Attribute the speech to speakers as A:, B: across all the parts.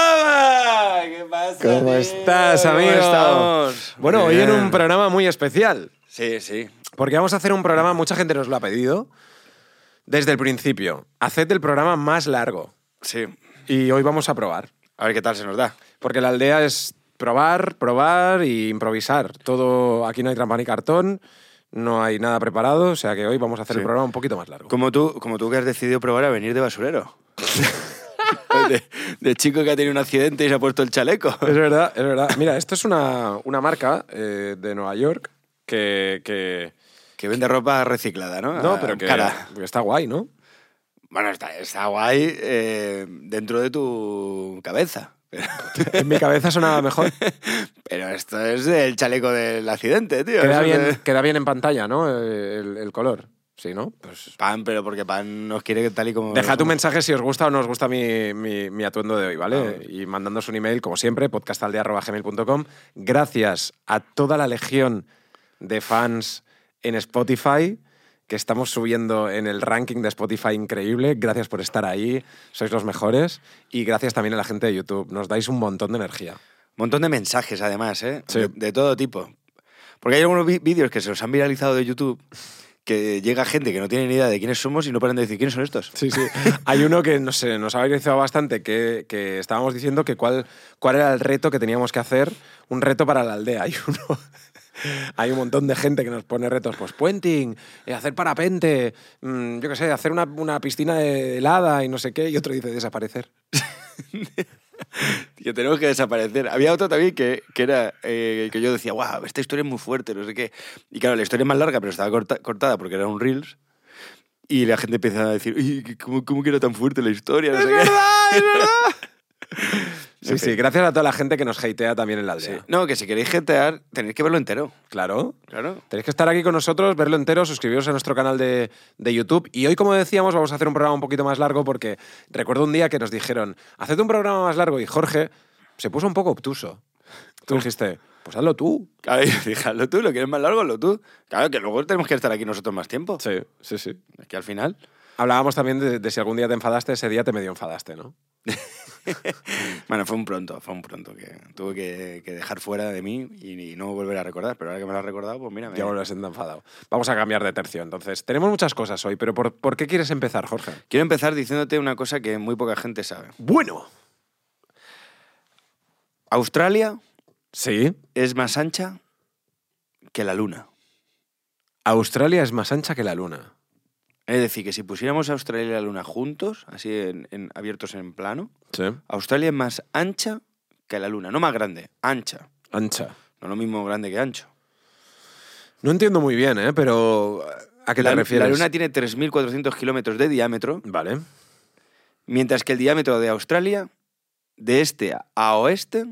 A: Saba! ¿Qué pasa?
B: ¿Cómo
A: tío?
B: estás,
A: ¿Cómo
B: amigo?
A: estamos?
B: Bueno, hoy en
A: Bien.
B: un programa muy especial,
A: Sí, sí.
B: porque vamos a hacer un programa, mucha gente nos lo ha pedido, desde el principio. Haced el programa más largo.
A: Sí.
B: Y hoy vamos a probar,
A: A ver qué tal se nos da.
B: porque la aldea es probar, probar y improvisar. Todo, aquí no hay trampa ni cartón, no hay nada preparado, o sea que hoy vamos a hacer el
A: Sí.
B: programa un poquito más largo.
A: Como tú, como tú que has decidido probar a venir de basurero. de, de chico que ha tenido un accidente y se ha puesto el chaleco.
B: Es verdad, es verdad. Mira, esto es una, una marca eh, de Nueva York que... que-
A: Que vende ropa reciclada, ¿no?
B: no,
A: Ah,
B: pero que,
A: Cara.
B: que está guay, ¿no?
A: Bueno, está, está guay eh, dentro de tu cabeza. Pero,
B: En mi cabeza sonaba mejor.
A: pero esto es el chaleco del accidente, tío.
B: Queda
A: Eso
B: bien,
A: de-
B: queda bien en pantalla, ¿no? El, el color. Sí, ¿no? Pues
A: Pan, pero porque Pan nos quiere tal y como...
B: dejad un
A: somos.
B: mensaje si os gusta o no os gusta mi, mi- mi atuendo de hoy,
A: A
B: Ah, ¿vale?
A: ver.
B: Y mandándonos un email, como siempre, podcastaldea.gmail.com. Gracias a toda la legión de fans en Spotify que estamos subiendo en el ranking de Spotify increíble. Gracias por estar ahí, sois los mejores. Y gracias también a la gente de YouTube, nos dais un montón de energía.
A: montón de mensajes, además, ¿eh?
B: Sí.
A: De, de todo tipo. Porque hay algunos vi- vídeos que se los han viralizado de YouTube que llega gente que no tiene ni idea de quiénes somos y no paran de decir quiénes son estos.
B: Sí, sí. Hay uno que no sé, nos ha viralizado bastante, que, que estábamos diciendo que cuál, cuál era el reto que teníamos que hacer, un reto para la aldea. Hay uno. Hay un montón de gente que nos pone retos, pues puenting, eh, hacer parapente, mm, yo qué sé, hacer una, una piscina de helada y no sé qué, y otro dice desaparecer.
A: Que tenemos que desaparecer. Había otro también que, que era eh, que yo decía, wow, esta historia es muy fuerte, no sé qué. Y claro, la historia es más larga, pero estaba corta- cortada porque era un Reels. Y la gente empieza a decir, "Uy, que- ¿cómo, cómo que era tan fuerte la historia? No sé qué.
B: es verdad! Sí,
A: En
B: sí,
A: fin.
B: gracias a toda la gente que nos hatea también en la
A: Sí.
B: aldea.
A: No, que si queréis gentear, tenéis que verlo entero.
B: Claro.
A: Claro.
B: Tenéis que estar aquí con nosotros, verlo entero, suscribiros a nuestro canal de, de YouTube. Y hoy, como decíamos, vamos a hacer un programa un poquito más largo porque recuerdo un día que nos dijeron, haced un programa más largo y Jorge se puso un poco obtuso. Tú dijiste, pues hazlo tú.
A: Claro, y yo dije, hazlo tú, lo quieres más largo, hazlo tú. Claro, que luego tenemos que estar aquí nosotros más tiempo.
B: Sí, sí, sí.
A: Aquí al final.
B: Hablábamos también de, de si algún día te enfadaste, ese día te medio enfadaste, ¿no?
A: Bueno, fue un pronto, fue un pronto que tuve que, que dejar fuera de mí y, y no volver a recordar. Pero ahora que me lo has recordado, pues mira, me-
B: Ya volverás siendo enfadado. Vamos a cambiar de tercio, entonces. Tenemos muchas cosas hoy, pero ¿por, por qué quieres empezar, Jorge?
A: Quiero empezar diciéndote una cosa que muy poca gente sabe.
B: Bueno.
A: Australia
B: Sí.
A: es más ancha que la luna.
B: Australia es más ancha que la luna.
A: Es decir, que si pusiéramos Australia y la luna juntos, así en- en- abiertos en plano,
B: Sí.
A: Australia es más ancha que la luna. No más grande, ancha.
B: Ancha.
A: No lo mismo grande que ancho.
B: No entiendo muy bien, ¿eh? Pero ¿a qué te
A: la, lu-
B: refieres?
A: la Luna tiene 3.400 kilómetros de diámetro,
B: Vale.
A: mientras que el diámetro de Australia, de este a oeste,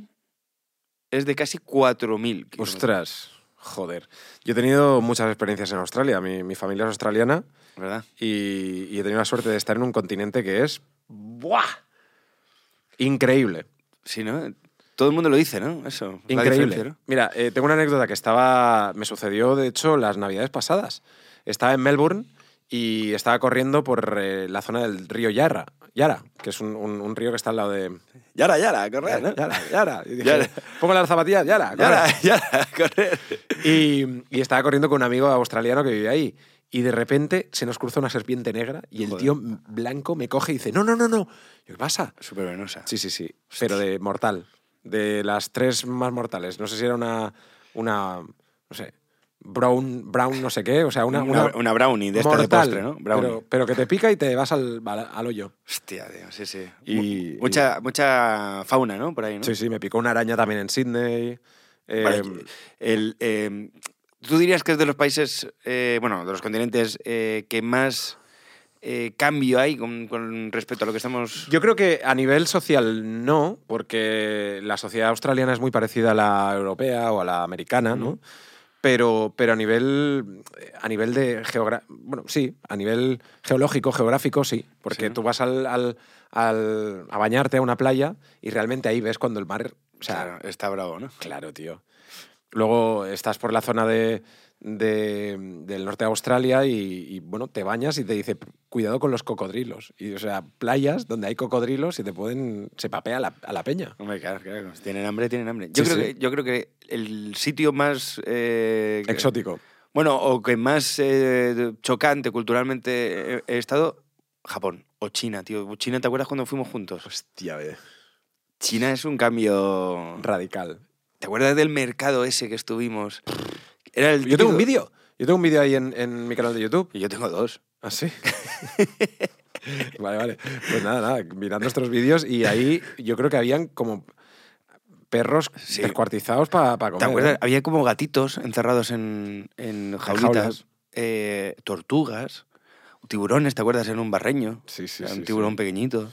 A: es de casi 4.000 kilómetros.
B: Ostras, joder. Yo he tenido muchas experiencias en Australia. Mi, mi familia es australiana
A: ¿Verdad?
B: y, y he tenido la suerte de estar en un continente que es... ¡Buah! Increíble.
A: Sí, ¿no? Todo el mundo lo dice, ¿no? Eso. la diferencia,
B: Increíble.
A: ¿no?
B: Mira, eh, tengo una anécdota que estaba. Me sucedió, de hecho, las navidades pasadas. Estaba en Melbourne y estaba corriendo por eh, la zona del río Yarra, Yara, que es un, un- un río que está al lado de.
A: Yara, Yara, correr, ¿no?
B: Yara, Yara. Y dije,
A: Yara.
B: Pongo las zapatillas, Yara. corre".
A: Yara, Yara, correr.
B: Y, y estaba corriendo con un amigo australiano que vivía ahí. Y de repente se nos cruza una serpiente negra y el
A: Joder.
B: tío blanco me coge y dice: No, no, no, no. Yo, ¿Qué pasa?
A: Súper venosa.
B: Sí, sí, sí. Pero de mortal. De las tres más mortales. No sé si era una. Una. No sé. Brown, brown no sé qué. O sea, una.
A: una,
B: Una,
A: una brownie de esta de
B: mortal,
A: postre, ¿no? Brownie.
B: Pero, pero que te pica y te vas al, al, al hoyo.
A: Hostia, tío, sí, sí.
B: Y-
A: Mu- mucha, mucha fauna, ¿no? Por ahí, ¿no?
B: Sí, sí, me picó una araña también en Sydney. Eh,
A: Vale, em, el, eh, ¿Tú dirías que es de los países, eh, bueno, de los continentes eh, que más eh, cambio hay con, con respecto a lo que estamos...
B: yo creo que a nivel social no, porque la sociedad australiana es muy parecida a la europea o a la americana, ¿no? Pero, pero a nivel a nivel de geogra- bueno sí a nivel geológico geográfico sí porque
A: Sí.
B: tú vas al, al- al- a bañarte a una playa y realmente ahí ves cuando el mar o sea
A: Claro, está bravo, ¿no?
B: claro tío Luego estás por la zona de, de- del norte de Australia y, y, bueno, te bañas y te dice, cuidado con los cocodrilos. Y, o sea, playas donde hay cocodrilos y te pueden, se papea la, a la peña.
A: Hombre, claro, claro. Si tienen hambre, tienen hambre. Yo,
B: Sí,
A: creo,
B: sí.
A: Que, yo creo que el sitio más... eh, que-
B: Exótico.
A: Bueno, o que más eh, chocante culturalmente he, he estado, Japón o China, tío. China, ¿te acuerdas cuando fuimos juntos?
B: Hostia, ve.
A: China es un cambio...
B: Radical.
A: ¿Te acuerdas del mercado ese que estuvimos? Era el
B: Yo tengo un
A: típico-
B: vídeo. Yo tengo un vídeo ahí en, en mi canal de YouTube.
A: Yo tengo dos.
B: ¿Ah, sí? vale, vale. Pues nada, nada, mirad nuestros vídeos y ahí yo creo que habían como perros
A: Sí.
B: descuartizados para comer.
A: ¿Te acuerdas?
B: ¿eh?
A: Había como gatitos encerrados en, en jaulitas,
B: jaulas.
A: eh, tortugas, tiburones, ¿te acuerdas? En un barreño.
B: Sí, sí,
A: Era
B: sí,
A: un tiburón
B: sí.
A: pequeñito.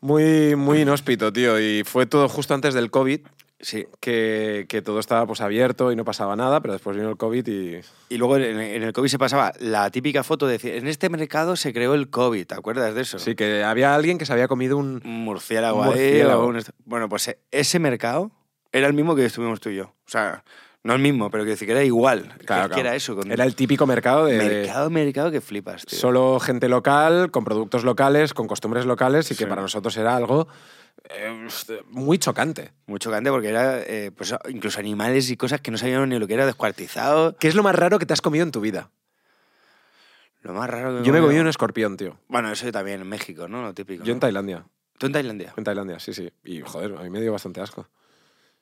B: Muy, muy inhóspito, tío. Y fue todo justo antes del COVID,
A: Sí.
B: que, que todo estaba pues abierto y no pasaba nada, pero después vino el COVID y...
A: Y luego en, en el COVID se pasaba la típica foto de decir, en este mercado se creó el COVID, ¿te acuerdas de eso?
B: Sí, que había alguien que se había comido un...
A: Un murciélago,
B: Un
A: ahí,
B: murciélago.
A: o un est- Bueno, pues eh, ese mercado era el mismo que estuvimos tú y yo. O sea, no el mismo, pero que decir que era igual. Que
B: Claro,
A: es que
B: claro.
A: era eso. con-
B: Era el típico mercado de...
A: mercado, mercado que flipas, tío.
B: Solo gente local, con productos locales, con costumbres locales y que
A: Sí.
B: para nosotros era algo eh, muy chocante.
A: Muy chocante porque era eh, pues, incluso animales y cosas que no sabíamos ni lo que era, descuartizado.
B: ¿Qué es lo más raro que te has comido en tu vida?
A: Lo más raro que
B: Yo me he
A: comido-
B: comido un escorpión, tío.
A: Bueno, eso también en México, ¿no? Lo típico.
B: Yo en
A: ¿no?
B: Tailandia.
A: Tú en Tailandia.
B: En Tailandia, sí, sí. Y joder, a mí me dio bastante asco.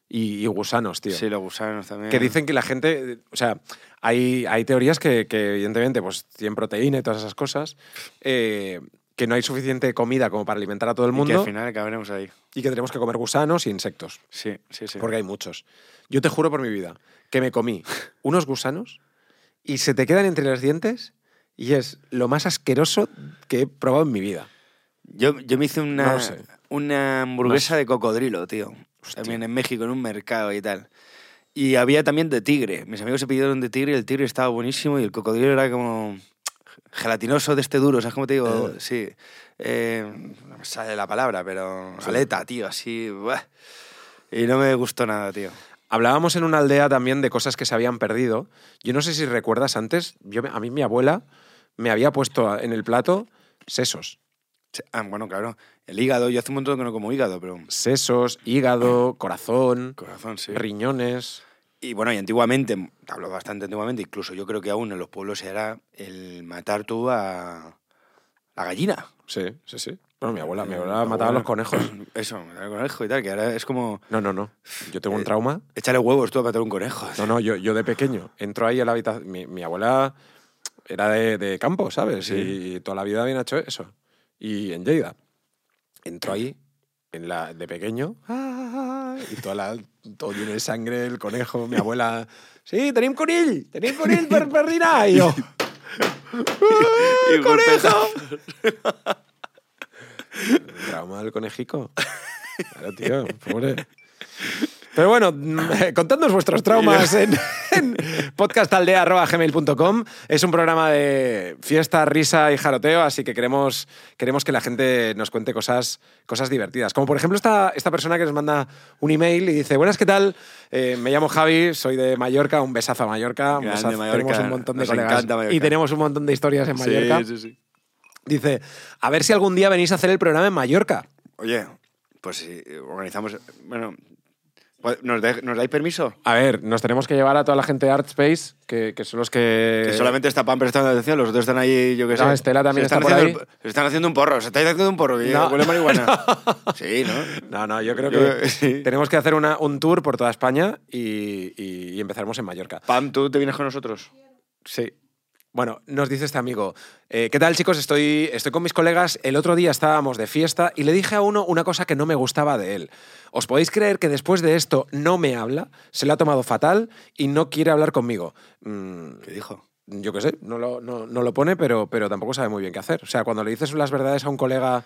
B: Y, y gusanos, tío.
A: Sí, los gusanos también.
B: Que dicen que la gente, o sea, hay, hay teorías que, que, evidentemente pues tienen proteína y todas esas cosas, eh, que no hay suficiente comida como para alimentar a todo
A: Y
B: el
A: que
B: mundo
A: al final acabaremos ahí.
B: y que tenemos que comer gusanos y insectos.
A: Sí, sí, sí.
B: Porque hay muchos. Yo te juro por mi vida que me comí unos gusanos y se te quedan entre los dientes y es lo más asqueroso que he probado en mi vida.
A: Yo, yo me hice
B: No
A: una,
B: lo sé.
A: una hamburguesa de cocodrilo, tío. También en México, en un mercado y tal. Y había también de tigre. Mis amigos se pidieron de tigre, el tigre estaba buenísimo y el cocodrilo era como gelatinoso de este duro, ¿sabes cómo te digo?
B: Eh.
A: Sí. Eh, no me sale la palabra, pero aleta, tío, así. buah. Y no me gustó nada, tío.
B: Hablábamos en una aldea también de cosas que se habían perdido. Yo no sé si recuerdas antes, yo, me- a mí mi abuela me había puesto a- en el plato sesos.
A: Sí, Ah, bueno, claro. El hígado, yo hace un montón que no como hígado, pero...
B: Sesos, hígado, corazón,
A: Corazón, Ah. sí.
B: riñones.
A: Y bueno, y antiguamente, mm, hablo bastante antiguamente, incluso yo creo que aún en los pueblos se hará el matar tú a la gallina.
B: Sí, sí, sí. Bueno, mi abuela, mi
A: Eh,
B: abuela
A: tu
B: mataba a los
A: abuela.
B: conejos.
A: Eso, matar al conejo y tal, que ahora es como
B: No, no, no. Yo tengo un
A: Eh,
B: trauma.
A: echarle huevos tú a matar un conejo.
B: No, no, yo, yo de pequeño entro ahí a la habitación. Mi, mi abuela era de, de campo, ¿sabes?
A: Sí.
B: Y toda la vida habían hecho eso. Y en Lleida. Entro ahí, en la, de pequeño, ¡ah! y toda la, todo lleno de sangre, el conejo, mi abuela. Sí, tenéis un conill, tenéis un conill per perdina. Y yo,
A: Y
B: ¡ah,
A: golpea-
B: conejo! El Trauma del conejico. Claro, tío, pobre. Pero bueno, mm, contadnos vuestros traumas en, en podcastaldea.gmail.com. Es un programa de fiesta, risa y jaroteo, así que queremos, queremos que la gente nos cuente cosas, cosas divertidas. Como por ejemplo esta, esta persona que nos manda un email y dice, buenas, ¿qué tal? Eh, me llamo Javi, soy de Mallorca, un besazo a Mallorca. un
A: Grande,
B: besazo.
A: Mallorca.
B: Tenemos un montón de
A: Nos
B: colegas
A: encanta Mallorca.
B: y tenemos un montón de historias en Mallorca.
A: Sí, sí, sí.
B: Dice, a ver si algún día venís a hacer el programa en Mallorca.
A: Oye, pues si organizamos... Bueno, pues, ¿nos, de- nos dais permiso?
B: A ver, nos tenemos que llevar a toda la gente de Artspace, que, que son los que...
A: Que solamente está Pam prestando atención, los otros están ahí, yo qué sé.
B: No, Eh, Ah, Estela también
A: Se están
B: está por
A: haciendo
B: ahí.
A: el- se están haciendo un porro, se estáis haciendo un porro, que
B: No.
A: huele a marihuana. Sí, ¿no?
B: No, no, yo creo
A: Yo
B: que
A: creo- sí.
B: tenemos que hacer una- un tour por toda España y, y- y empezaremos en Mallorca.
A: Pam, ¿tú te vienes con nosotros?
B: Sí. Bueno, nos dice este amigo, eh, ¿qué tal chicos? Estoy, estoy con mis colegas, el otro día estábamos de fiesta y le dije a uno una cosa que no me gustaba de él. ¿Os podéis creer que después de esto no me habla? Se lo ha tomado fatal y no quiere hablar conmigo. Mm,
A: ¿Qué dijo?
B: yo qué sé, no lo, no, no lo pone, pero, pero tampoco sabe muy bien qué hacer. O sea, cuando le dices las verdades a un colega,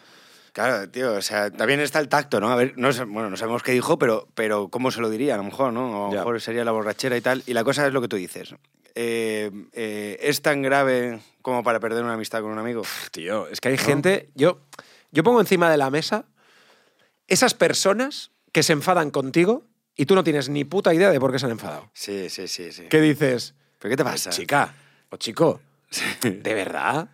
A: Claro, tío, o sea, también está el tacto, ¿no? A ver, no, sé- bueno, no sabemos qué dijo, pero, pero cómo se lo diría, a lo mejor, ¿no? A lo
B: Ya.
A: mejor sería la borrachera y tal. Y la cosa es lo que tú dices. Eh, eh, ¿Es tan grave como para perder una amistad con un amigo?
B: tío, es que hay gente. Yo, yo pongo encima de la mesa esas personas que se enfadan contigo y tú no tienes ni puta idea de por qué se han enfadado.
A: Sí, sí, sí. sí.
B: ¿Qué dices?
A: ¿Pero qué te pasa?
B: Chica o chico,
A: Sí,
B: ¿de verdad?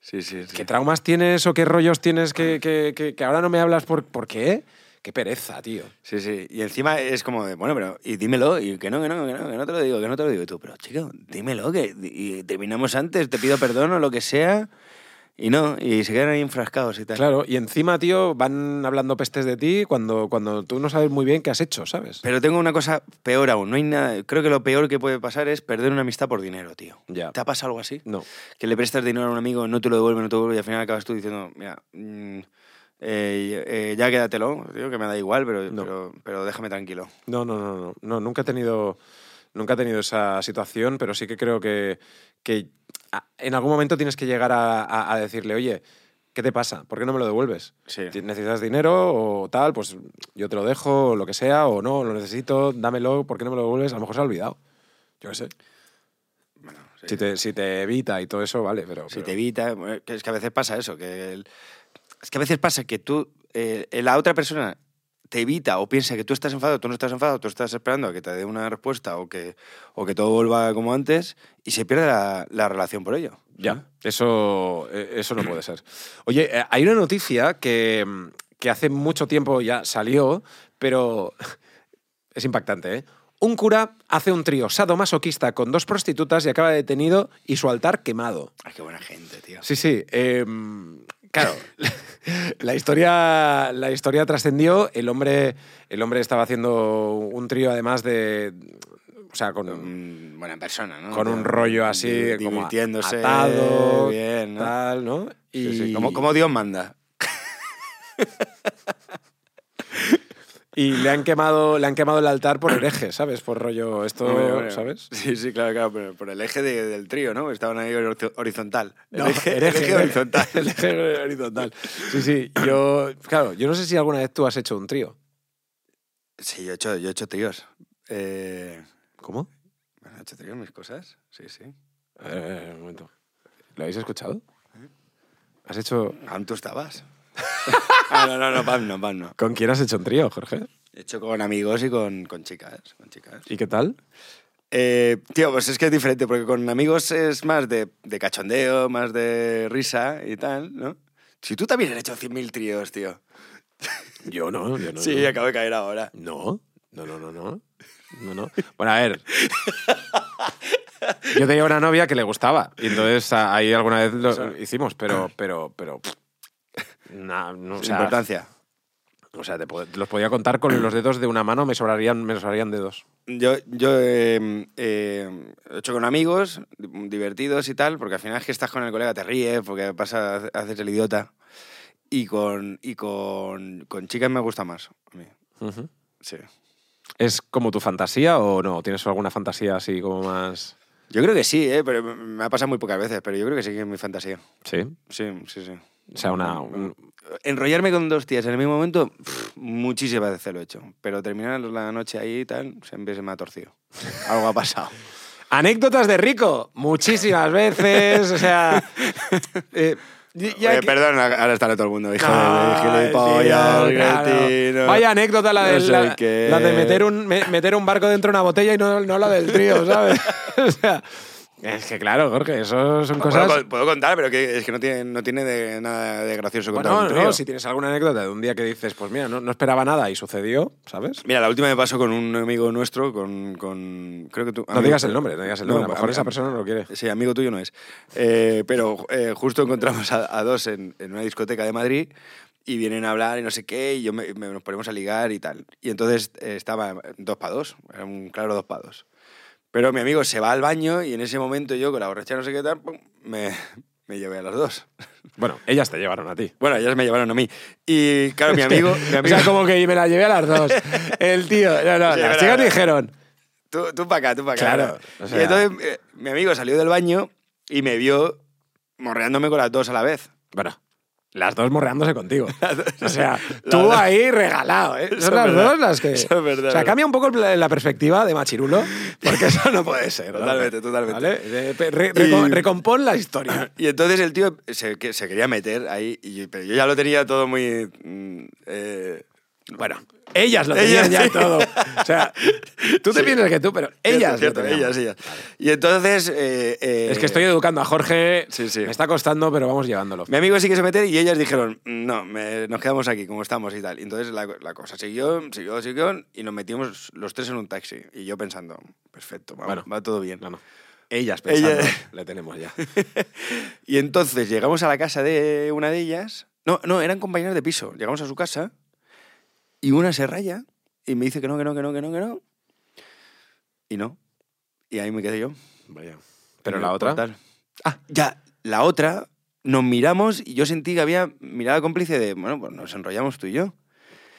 A: sí, sí. sí.
B: ¿Qué traumas tienes o qué rollos tienes que, que- que- que ahora no me hablas por, por qué? Qué pereza, tío.
A: Sí, sí. Y encima es como de, bueno, pero y dímelo, y que no, que no, que no, que no te lo digo, que no te lo digo. Y tú, pero chico, dímelo, que y terminamos antes, te pido perdón o lo que sea. Y no, y se quedan ahí enfrascados y tal.
B: Claro, y encima, tío, van hablando pestes de ti cuando, cuando tú no sabes muy bien qué has hecho, ¿sabes?
A: Pero tengo una cosa peor aún. No hay nada. Creo que lo peor que puede pasar es perder una amistad por dinero, tío.
B: Ya.
A: ¿Te ha pasado algo así?
B: No.
A: Que le prestas dinero a un amigo, no te lo devuelve, no te devuelve, y al final acabas tú diciendo, mira, mm, eh, eh, ya quédatelo, tío, que me da igual, pero,
B: No.
A: pero, pero déjame tranquilo.
B: No, no, no, no, no, nunca he tenido, nunca he tenido esa situación, pero sí que creo que, que a- en algún momento tienes que llegar a, a- a decirle, oye, ¿qué te pasa? ¿Por qué no me lo devuelves?
A: Sí.
B: Ti- ¿Necesitas dinero o tal? Pues yo te lo dejo, o lo que sea, o no, lo necesito, dámelo, ¿por qué no me lo devuelves? A lo mejor se ha olvidado. Yo qué sé.
A: Sí.
B: Si, te, si te evita y todo eso, vale, pero...
A: Si
B: pero-
A: te evita. bueno, que Es que a veces pasa eso. Que el- es que a veces pasa que tú. eh, la otra persona te evita o piensa que tú estás enfadado, tú no estás enfadado, tú estás esperando a que te dé una respuesta o que, o que todo vuelva como antes y se pierde la, la relación por ello.
B: Ya, eso, eh, eso no puede ser. Oye, eh, hay una noticia que, mm, que hace mucho tiempo ya salió, pero es impactante, ¿eh? Un cura hace un trío sadomasoquista con dos prostitutas y acaba detenido y su altar quemado.
A: Ay, qué buena gente, tío.
B: Sí, sí. eh, claro, la historia, la historia trascendió. El hombre, el hombre estaba haciendo un trío además de... O sea, con,
A: Mm, buena persona, ¿no?
B: con un
A: Tío,
B: rollo así
A: di-
B: como
A: divirtiéndose,
B: atado,
A: bien, ¿no?
B: tal, ¿no? Y
A: Sí, sí, como, como Dios manda.
B: y le han quemado le han quemado el altar por hereje, ¿sabes? Por rollo esto,
A: Hombre, hombre.
B: ¿sabes?
A: Sí, sí, claro, claro, por, por el eje de- del trío, ¿no? Estaban ahí horizo- horizontal.
B: No,
A: el eje, el eje horizontal.
B: El eje horizontal. Sí, sí, yo claro, yo no sé si alguna vez tú has hecho un trío.
A: Sí, yo he hecho, yo he hecho tríos. Eh,
B: ¿Cómo?
A: bueno, he hecho tríos mis cosas, sí, sí.
B: A ver, a ver, a ver, un momento. ¿Lo habéis escuchado? ¿Has hecho
A: Aún tú estabas. ah, no, no, no, Pam no, Pam no.
B: con quién has hecho un trío, Jorge?
A: He hecho con amigos y con, con chicas, con chicas.
B: ¿Y qué tal?
A: Eh, tío, pues es que es diferente, porque con amigos es más de, de cachondeo, más de risa y tal, ¿no? Si tú también has hecho 100.000 tríos, tío.
B: Yo no, yo no.
A: sí,
B: no.
A: acabo de caer ahora.
B: No, no, no, no, no. No, no. Bueno, a ver. Yo tenía una novia que le gustaba. Y entonces a- ahí alguna vez lo hicimos, pero, pero, pero. pff, nah, no, o
A: Sin
B: sea,
A: importancia.
B: O sea, te po- los podía contar con los dedos de una mano, me sobrarían, me sobrarían dedos.
A: Yo, yo eh, eh, he hecho con amigos, divertidos y tal, porque al final es que estás con el colega, te ríes, porque pasa, haces el idiota. Y con, y con, con chicas me gusta más. A mí. Sí.
B: ¿Es como tu fantasía o no? ¿Tienes alguna fantasía así como más.?
A: Yo creo que sí, ¿eh? pero me- me ha pasado muy pocas veces, pero yo creo que sí que es mi fantasía.
B: Sí.
A: Sí, sí, sí.
B: O sea, una. un-
A: Enrollarme con dos tías en el mismo momento, pff, muchísimas veces lo he hecho. Pero terminar la noche ahí y tal, siempre se me ha torcido. Algo ha pasado.
B: Anécdotas de rico, muchísimas veces. o sea. eh, y- ya
A: Oye,
B: que-
A: perdón, ahora estará todo el mundo. Hijo
B: Ah,
A: de gilipollas,
B: sí, no, claro.
A: cretino.
B: Vaya anécdota la de,
A: no sé
B: la,
A: qué.
B: la de meter, un, me- meter un barco dentro de una botella y no, no la del trío, ¿sabes? o sea, es que claro, Jorge, eso son
A: Puedo,
B: cosas...
A: con- puedo contar, pero que es que no tiene, no tiene de, nada de gracioso contar
B: Bueno,
A: un trío.
B: no, si tienes alguna anécdota de un día que dices, pues mira, no, no esperaba nada y sucedió, ¿sabes?
A: Mira, la última me pasó con un amigo nuestro, con... con- creo que tú,
B: No
A: amigo-
B: digas el nombre, no digas el nombre, a lo mejor
A: am-
B: esa persona no lo quiere.
A: Sí, amigo tuyo no es. Eh, pero eh, justo encontramos a, a dos en, en una discoteca de Madrid y vienen a hablar y no sé qué, y yo me- me- nos ponemos a ligar y tal. Y entonces eh, estaba dos para dos, era un claro dos para dos. Pero mi amigo se va al baño y en ese momento yo con la borracha no sé qué tal, pum, me, me llevé a las dos.
B: Bueno, ellas te llevaron a ti.
A: Bueno, ellas me llevaron a mí. Y claro, mi amigo... mi
B: O
A: amigo-
B: sea, como que me la llevé a las dos. El tío, no, no,
A: Sí,
B: las
A: verdad,
B: chicas
A: verdad.
B: dijeron,
A: Tú, tú para acá, tú para acá.
B: Claro,
A: ¿no?
B: o sea-
A: Y entonces eh, mi amigo salió del baño y me vio morreándome con las dos a la vez.
B: Bueno, las dos morreándose contigo. O sea,
A: la
B: tú
A: dos.
B: ahí regalado, ¿eh?
A: Eso es
B: Son las
A: verdad.
B: dos las que.
A: Eso es verdad,
B: o sea,
A: verdad.
B: cambia un poco la la perspectiva de Machirulo, porque eso no puede ser.
A: Totalmente,
B: ¿no?
A: totalmente.
B: ¿Vale? Re- re- reco-
A: Y-
B: Recompón la historia.
A: Y entonces el tío se, que- se quería meter ahí, y yo- pero yo ya lo tenía todo muy... mm, eh,
B: Bueno, ellas lo tenían
A: Ellas,
B: ya
A: sí.
B: todo. O sea, tú te piensas que tú, pero ellas.
A: Cierto, cierto,
B: lo tenían.
A: ellas, ellas. Y entonces... eh, eh,
B: Es que estoy educando a Jorge.
A: Sí, sí.
B: Me está costando, pero vamos llevándolo.
A: Mi amigo sí quiso meter y ellas dijeron, "Mm, no, me- nos quedamos aquí como estamos y tal. Y entonces la, la cosa siguió, siguió, siguió y nos metimos los tres en un taxi. Y yo pensando, perfecto, va,
B: Bueno.
A: va todo bien.
B: No, no. Ellas pensando.
A: Ella-
B: Le tenemos ya.
A: Y entonces llegamos a la casa de una de ellas. No, no, eran compañeras de piso. Llegamos a su casa y una se raya y me dice que no, que no, que no, que no, que no. Y no. Y ahí me quedé yo.
B: Vaya. Pero
A: en
B: la
A: el
B: otra.
A: portal. Ah, ya, la otra nos miramos y yo sentí que había mirada cómplice de, bueno, pues nos enrollamos tú y yo.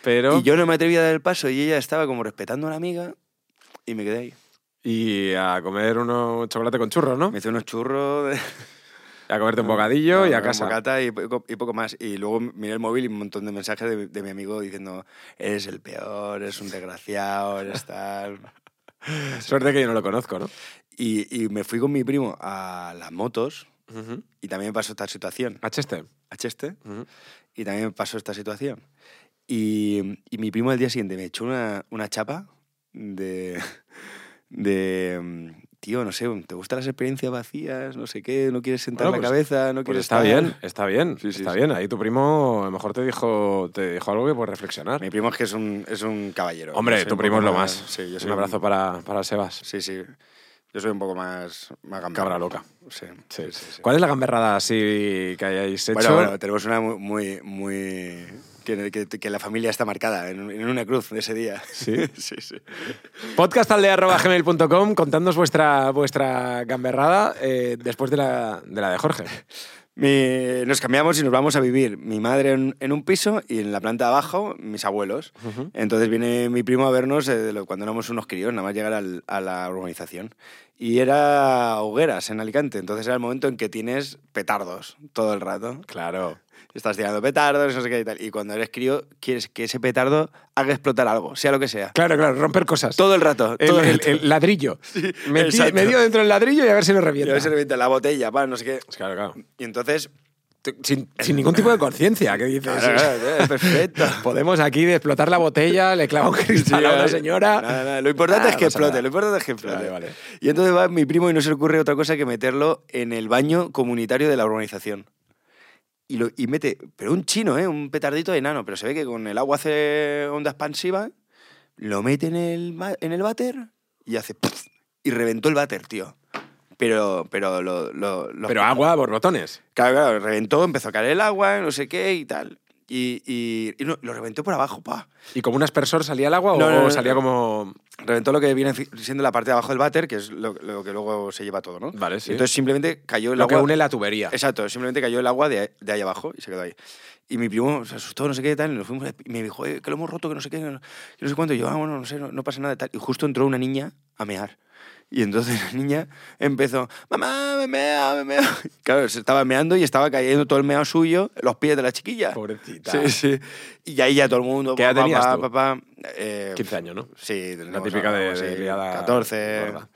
B: Pero.
A: Y yo no me atreví a dar el paso y ella estaba como respetando a la amiga y me quedé ahí.
B: Y a comer uno chocolate con churros, ¿no?
A: Me hice unos churros. de-
B: A comerte un bocadillo y
A: No,
B: a
A: no,
B: casa.
A: bocata y poco, y poco más. Y luego miré el móvil y un montón de mensajes de, de mi amigo diciendo, eres el peor, eres un desgraciado, eres tal.
B: Suerte que yo no lo conozco, ¿no?
A: Y, y me fui con mi primo a las motos y también me pasó esta situación.
B: A Pues Cheste.
A: A Cheste.
B: Ujú.
A: Y también me pasó esta situación. Y, y mi primo al día siguiente me echó una, una chapa de, de... mm, Tío, no sé, ¿te gustan las experiencias vacías? No sé qué, no quieres sentar
B: Bueno,
A: la
B: pues-
A: cabeza, no
B: Pues
A: quieres
B: está
A: tal.
B: bien, está bien,
A: Sí, sí,
B: está
A: sí.
B: bien. Ahí tu primo a lo mejor te dijo, te dijo algo que puedes reflexionar.
A: Mi primo es que es un, es un caballero. Yo
B: Hombre,
A: soy
B: tu
A: un
B: primo es
A: poco
B: lo más.
A: más- Sí, yo soy
B: un abrazo para, para Sebas.
A: Sí, sí. Yo soy un poco más, más gambero.
B: Cabra loca.
A: Sí,
B: Sí,
A: sí, sí, sí.
B: ¿Cuál es la gamberrada así que hayáis hecho?
A: Bueno, bueno, tenemos una muy... muy, muy- Que, que- que la familia está marcada en, en una cruz de ese día.
B: Sí.
A: sí, sí.
B: Podcastaldea.gmail.com contadnos vuestra, vuestra gamberrada eh, después de la, de la de Jorge.
A: Mi- nos cambiamos y nos vamos a vivir. Mi madre en, en un piso y en la planta de abajo mis abuelos. Entonces viene mi primo a vernos eh, de lo- cuando éramos unos críos, nada más llegar al- a la urbanización. Y era hogueras en Alicante. Entonces era el momento en que tienes petardos todo el rato.
B: Claro.
A: Estás tirando petardos, no sé qué y tal. Y cuando eres crío, quieres que ese petardo haga explotar algo, sea lo que sea.
B: Claro, claro, romper cosas.
A: Todo el rato.
B: el,
A: todo el
B: el-
A: rato.
B: el ladrillo. Me
A: exacto.
B: dio dentro del ladrillo y a ver si lo
A: Y
B: revienta.
A: a veces le mete la botella, pa, no sé qué.
B: Claro, claro.
A: Y entonces... tú-
B: Sin, sin ningún tipo de conciencia, que dices.
A: Claro, claro, perfecto.
B: Podemos aquí de explotar la botella, le clava un cristal
A: Sí,
B: a una
A: vale.
B: señora.
A: Nada, nada, Lo importante
B: Ah,
A: es que
B: no pasa
A: explote,
B: nada.
A: lo importante es que explote.
B: Vale, vale.
A: Y entonces va mi primo y no se le ocurre otra cosa que meterlo en el baño comunitario de la urbanización. Y, lo, y mete, pero un chino, ¿eh? un petardito de enano, pero se ve que con el agua hace onda expansiva, lo mete en el, ma- en el váter y hace... ¡puf! y reventó el váter, tío. Pero, pero lo... lo- lo-
B: Pero agua por botones.
A: Claro, claro, reventó, empezó a caer el agua, no sé qué y tal. Y, y- y no, lo reventó por abajo, pa.
B: ¿Y como un aspersor salía el agua o-
A: No, no,
B: o
A: no,
B: salía
A: no.
B: como.?
A: Reventó lo que viene fi- siendo la parte de abajo del váter, que es lo, lo que luego se lleva todo, ¿no?
B: Vale, sí.
A: Entonces simplemente cayó el
B: Lo que
A: agua.
B: une la tubería.
A: Exacto, simplemente cayó el agua de, de ahí abajo y se quedó ahí. Y mi primo se asustó, no sé qué tal, y nos fuimos y me dijo, "Eh, que lo hemos roto, que no sé qué, que no que no sé cuánto. Y yo, ah, bueno, no sé, no, no pasa nada y tal. Y justo entró una niña a mear. Y entonces la niña empezó, mamá, me mea, me mea. Claro, se estaba meando y estaba cayendo todo el meao suyo, en los pies de la chiquilla.
B: Pobrecita.
A: Sí, sí. Y ahí ya todo el mundo.
B: ¿Qué edad
A: papá,
B: tenías tú?
A: papá, eh,
B: 15 años, ¿no?
A: Sí,
B: La típica de- de liada
A: 14.
B: gorda.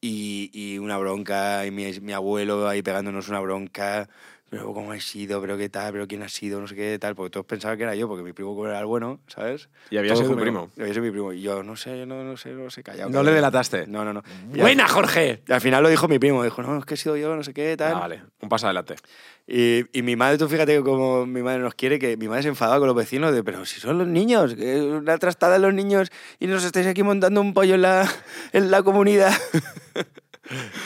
A: Y, y una bronca, y mi, mi abuelo ahí pegándonos una bronca. Pero cómo has sido, pero qué tal, pero quién ha sido, no sé qué tal. Porque todos pensaban que era yo, porque mi primo era el bueno, ¿sabes?
B: Y había
A: Todos
B: sido tu
A: conmigo.
B: primo.
A: Y había sido mi primo. Y yo, no sé, no, no sé, no sé, callado.
B: No
A: callado.
B: le delataste.
A: No, no, no. Y al-
B: ¡Buena, Jorge!
A: Y al final lo dijo mi primo, dijo, no, es que he sido yo, no sé qué,
B: Ah,
A: tal.
B: vale, un paso adelante.
A: Y, y mi madre, tú fíjate como mi madre nos quiere, que mi madre se enfadaba con los vecinos de, pero si son los niños, que es una trastada de los niños y nos estáis aquí montando un pollo en la, en la comunidad.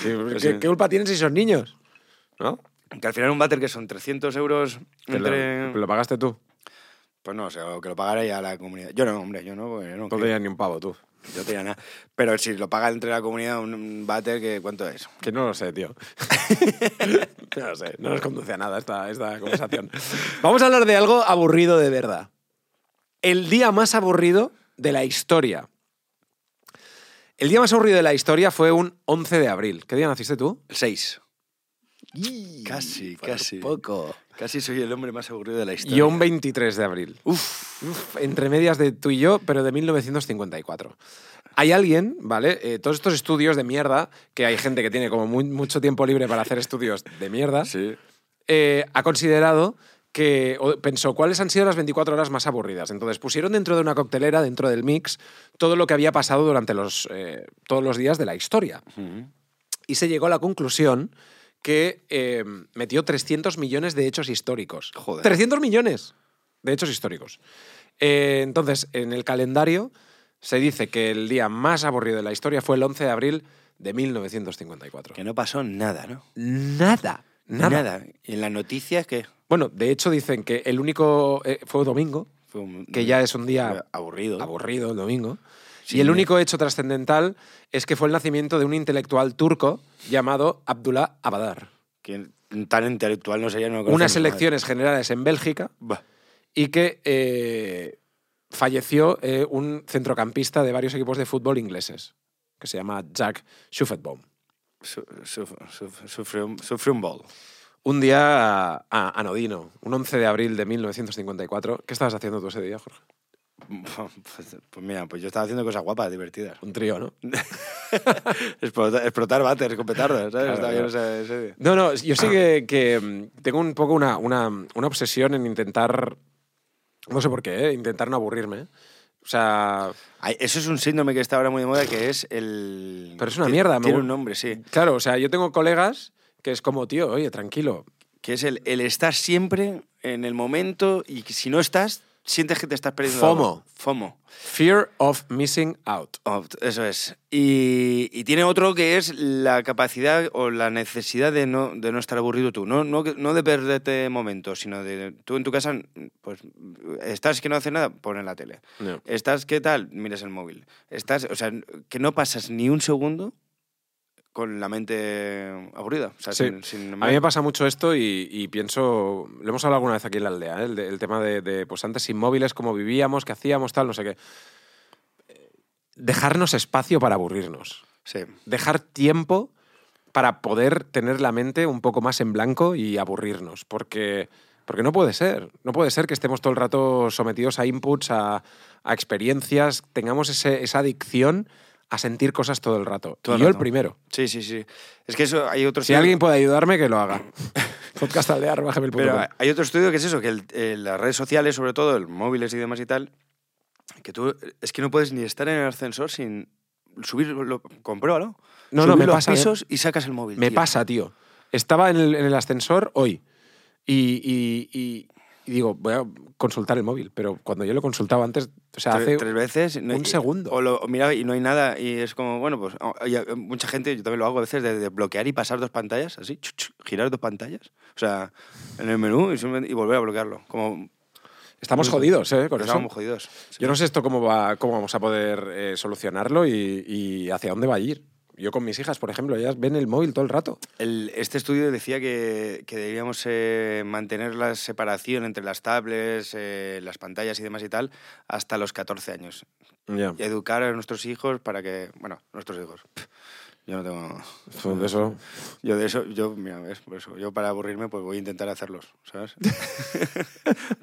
B: Sí, ¿qué,
A: sí.
B: qué culpa tienen si son niños? ¿No?
A: Que al final un váter que son 300 euros
B: Que
A: entre...
B: lo, lo pagaste tú.
A: Pues no, o sea, o que lo pagara ya la comunidad. Yo no, hombre, yo no, porque yo no,
B: No te tenías ni un pavo tú.
A: yo tenía nada. Pero si lo paga entre la comunidad un- un váter, que ¿cuánto es?
B: Que no lo sé, tío. no lo sé, no nos conduce a nada esta, esta conversación. Vamos a hablar de algo aburrido de verdad. El día más aburrido de la historia. El día más aburrido de la historia fue un 11 de abril. ¿Qué día naciste tú?
A: 6. Casi,
B: por
A: casi.
B: Poco.
A: Casi soy el hombre más aburrido de la historia.
B: Yo un 23 de abril.
A: Uf,
B: Uf, entre medias de tú y yo, pero de 1954. Hay alguien, ¿vale? Eh, todos estos estudios de mierda, que hay gente que tiene como muy- mucho tiempo libre para hacer estudios de mierda,
A: sí.
B: eh, ha considerado que o- pensó cuáles han sido las 24 horas más aburridas. Entonces pusieron dentro de una coctelera, dentro del mix, todo lo que había pasado durante los, eh, todos los días de la historia. Y se llegó a la conclusión que eh, metió 300 millones de hechos históricos.
A: Joder.
B: 300 millones de hechos históricos. Eh, entonces, en el calendario se dice que el día más aburrido de la historia fue el 11 de abril de 1954.
A: Que no pasó nada, ¿no?
B: Nada, nada.
A: ¿Y en las noticias qué?
B: Bueno, de hecho dicen que el único eh, fue domingo,
A: Fue un-
B: que ya es un día
A: aburrido.
B: aburrido el domingo.
A: Sí,
B: y el
A: me-
B: único hecho trascendental es que fue el nacimiento de un intelectual turco llamado Abdullah Abadar.
A: que tan intelectual no sería. No lo conocemos,
B: Unas
A: madre.
B: elecciones generales en Bélgica
A: Bah.
B: y que eh, falleció eh, un centrocampista de varios equipos de fútbol ingleses, que se llama Jack Schuffetbaum.
A: Su- su- su- Sufre un, sufre un bol.
B: Un día a- a- anodino, un 11 de abril de 1954. ¿Qué estabas haciendo tú ese día, Jorge?
A: Pues, pues mira, pues yo estaba haciendo cosas guapas, divertidas.
B: Un trío, ¿no?
A: Explotar, explotar váteres con petardos, ¿sabes?
B: Claro,
A: Estaba yo en
B: claro.
A: ese- ese día.
B: No, no, yo
A: Ah.
B: sí que, que, mm, tengo un poco una, una- una obsesión en intentar, no sé por qué, ¿eh? intentar no aburrirme. O sea,
A: Ay, Eso es un síndrome que está ahora muy de moda, que es el...
B: Pero es una
A: ti-
B: mierda, me
A: Tiene
B: gu-
A: un nombre, sí.
B: claro, o sea, yo tengo colegas que es como, tío, oye, tranquilo.
A: Que es el, el estar siempre en el momento y que si no estás, sientes que te estás perdiendo.
B: FOMO.
A: algo. FOMO.
B: Fear of missing out.
A: Oh, Eso es. Y, y tiene otro que es la capacidad o la necesidad de no, de no estar aburrido tú. No, no, que- no de perderte momentos, sino de tú en tu casa, pues estás que no haces nada, pon en la tele.
B: No.
A: Estás, ¿qué tal? Miras el móvil. Estás, o sea, que no pasas ni un segundo con la mente aburrida. O sea,
B: Sí.
A: sin, sin-
B: A mí me pasa mucho esto y, y pienso, lo hemos hablado alguna vez aquí en la aldea, ¿eh? el, de- el tema de, de, pues antes inmóviles, cómo vivíamos, qué hacíamos, tal, no sé qué. Eh, Dejarnos espacio para aburrirnos.
A: Sí.
B: dejar tiempo para poder tener la mente un poco más en blanco y aburrirnos, porque, porque no puede ser, no puede ser que estemos todo el rato sometidos a inputs, a, a experiencias, tengamos ese- esa adicción a sentir cosas todo el rato.
A: Todo
B: y
A: el
B: yo el
A: rato. Pues
B: primero.
A: sí, sí, sí. Es que eso hay otro
B: Si
A: estudio-
B: alguien puede ayudarme, que lo haga. Podcast el
A: Pero eh, hay otro estudio que es eso, que el- eh, las redes sociales, sobre todo, el móviles y demás y tal, que tú es que no puedes ni estar en el ascensor sin subir, lo, compruébalo.
B: No,
A: Subir
B: no, me
A: los
B: pasa, me-
A: pisos y sacas el móvil.
B: Me
A: tío.
B: pasa, tío. Estaba en el, en el ascensor hoy y, y- y- y digo, voy a consultar el móvil, pero cuando yo lo consultaba antes, o sea,
A: Tre-
B: hace...
A: tres veces. no-
B: un
A: y-
B: segundo.
A: O lo mira y no hay nada. Y es como, bueno, pues o- y, eh, mucha gente, yo también lo hago a veces, de, de bloquear y pasar dos pantallas, así, chu, chu, girar dos pantallas. O sea, en el menú y, simplemente- y volver a bloquearlo. Como,
B: Estamos jodidos, ¿eh? Con eso.
A: estábamos jodidos. Sí.
B: Yo no sé esto cómo, va, cómo vamos a poder eh, solucionarlo y, y hacia dónde va a ir. Yo con mis hijas, por ejemplo, ellas ven el móvil todo el rato.
A: El- este estudio decía que, que deberíamos eh, mantener la separación entre las tablets, eh, las pantallas y demás y tal, hasta los 14 años. Y educar a nuestros hijos para que. Bueno, nuestros hijos. Pff, Yo no tengo.
B: Pues eso.
A: Yo de eso, yo, mira, ves, por eso, yo para aburrirme, pues voy a intentar hacerlos, ¿sabes?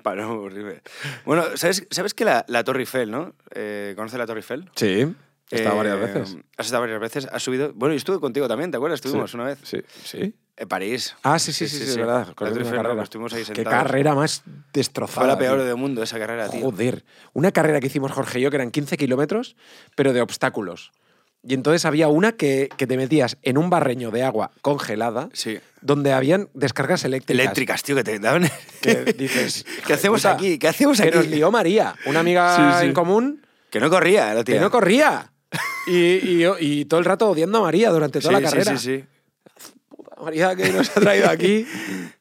A: para no aburrirme. Bueno, ¿sabes, ¿sabes que la, la Torre Eiffel, ¿no? Eh, ¿Conoce la Torre Eiffel?
B: Sí. He estado varias
A: Eh,
B: veces.
A: Has estado varias veces, has subido. Bueno, y estuve contigo también, ¿te acuerdas? Estuvimos
B: Sí.
A: una vez.
B: Sí. sí.
A: En París.
B: Ah, sí, sí, sí, sí, es verdad.
A: La
B: Corrimos
A: Torre
B: una
A: Eiffel,
B: carrera.
A: nos estuvimos ahí
B: Qué
A: sentados.
B: carrera más
A: Fue
B: destrozada.
A: la peor
B: tío.
A: del mundo esa carrera, tío.
B: Joder. Una carrera que hicimos Jorge y yo, que eran 15 kilómetros, pero de obstáculos. Y entonces había una que, que te metías en un barreño de agua congelada,
A: Sí.
B: donde habían descargas eléctricas.
A: Eléctricas, tío, que te daban.
B: Que dices, "Hijo de
A: ¿Qué hacemos
B: puta".
A: aquí? ¿Qué hacemos
B: que
A: aquí?
B: nos lió María, una amiga
A: Sí, sí.
B: en común
A: Que no corría, la tía.
B: que no corría. Y, y- y todo el rato odiando a María durante toda
A: Sí,
B: la
A: sí,
B: carrera.
A: Sí, sí,
B: María que nos ha traído aquí.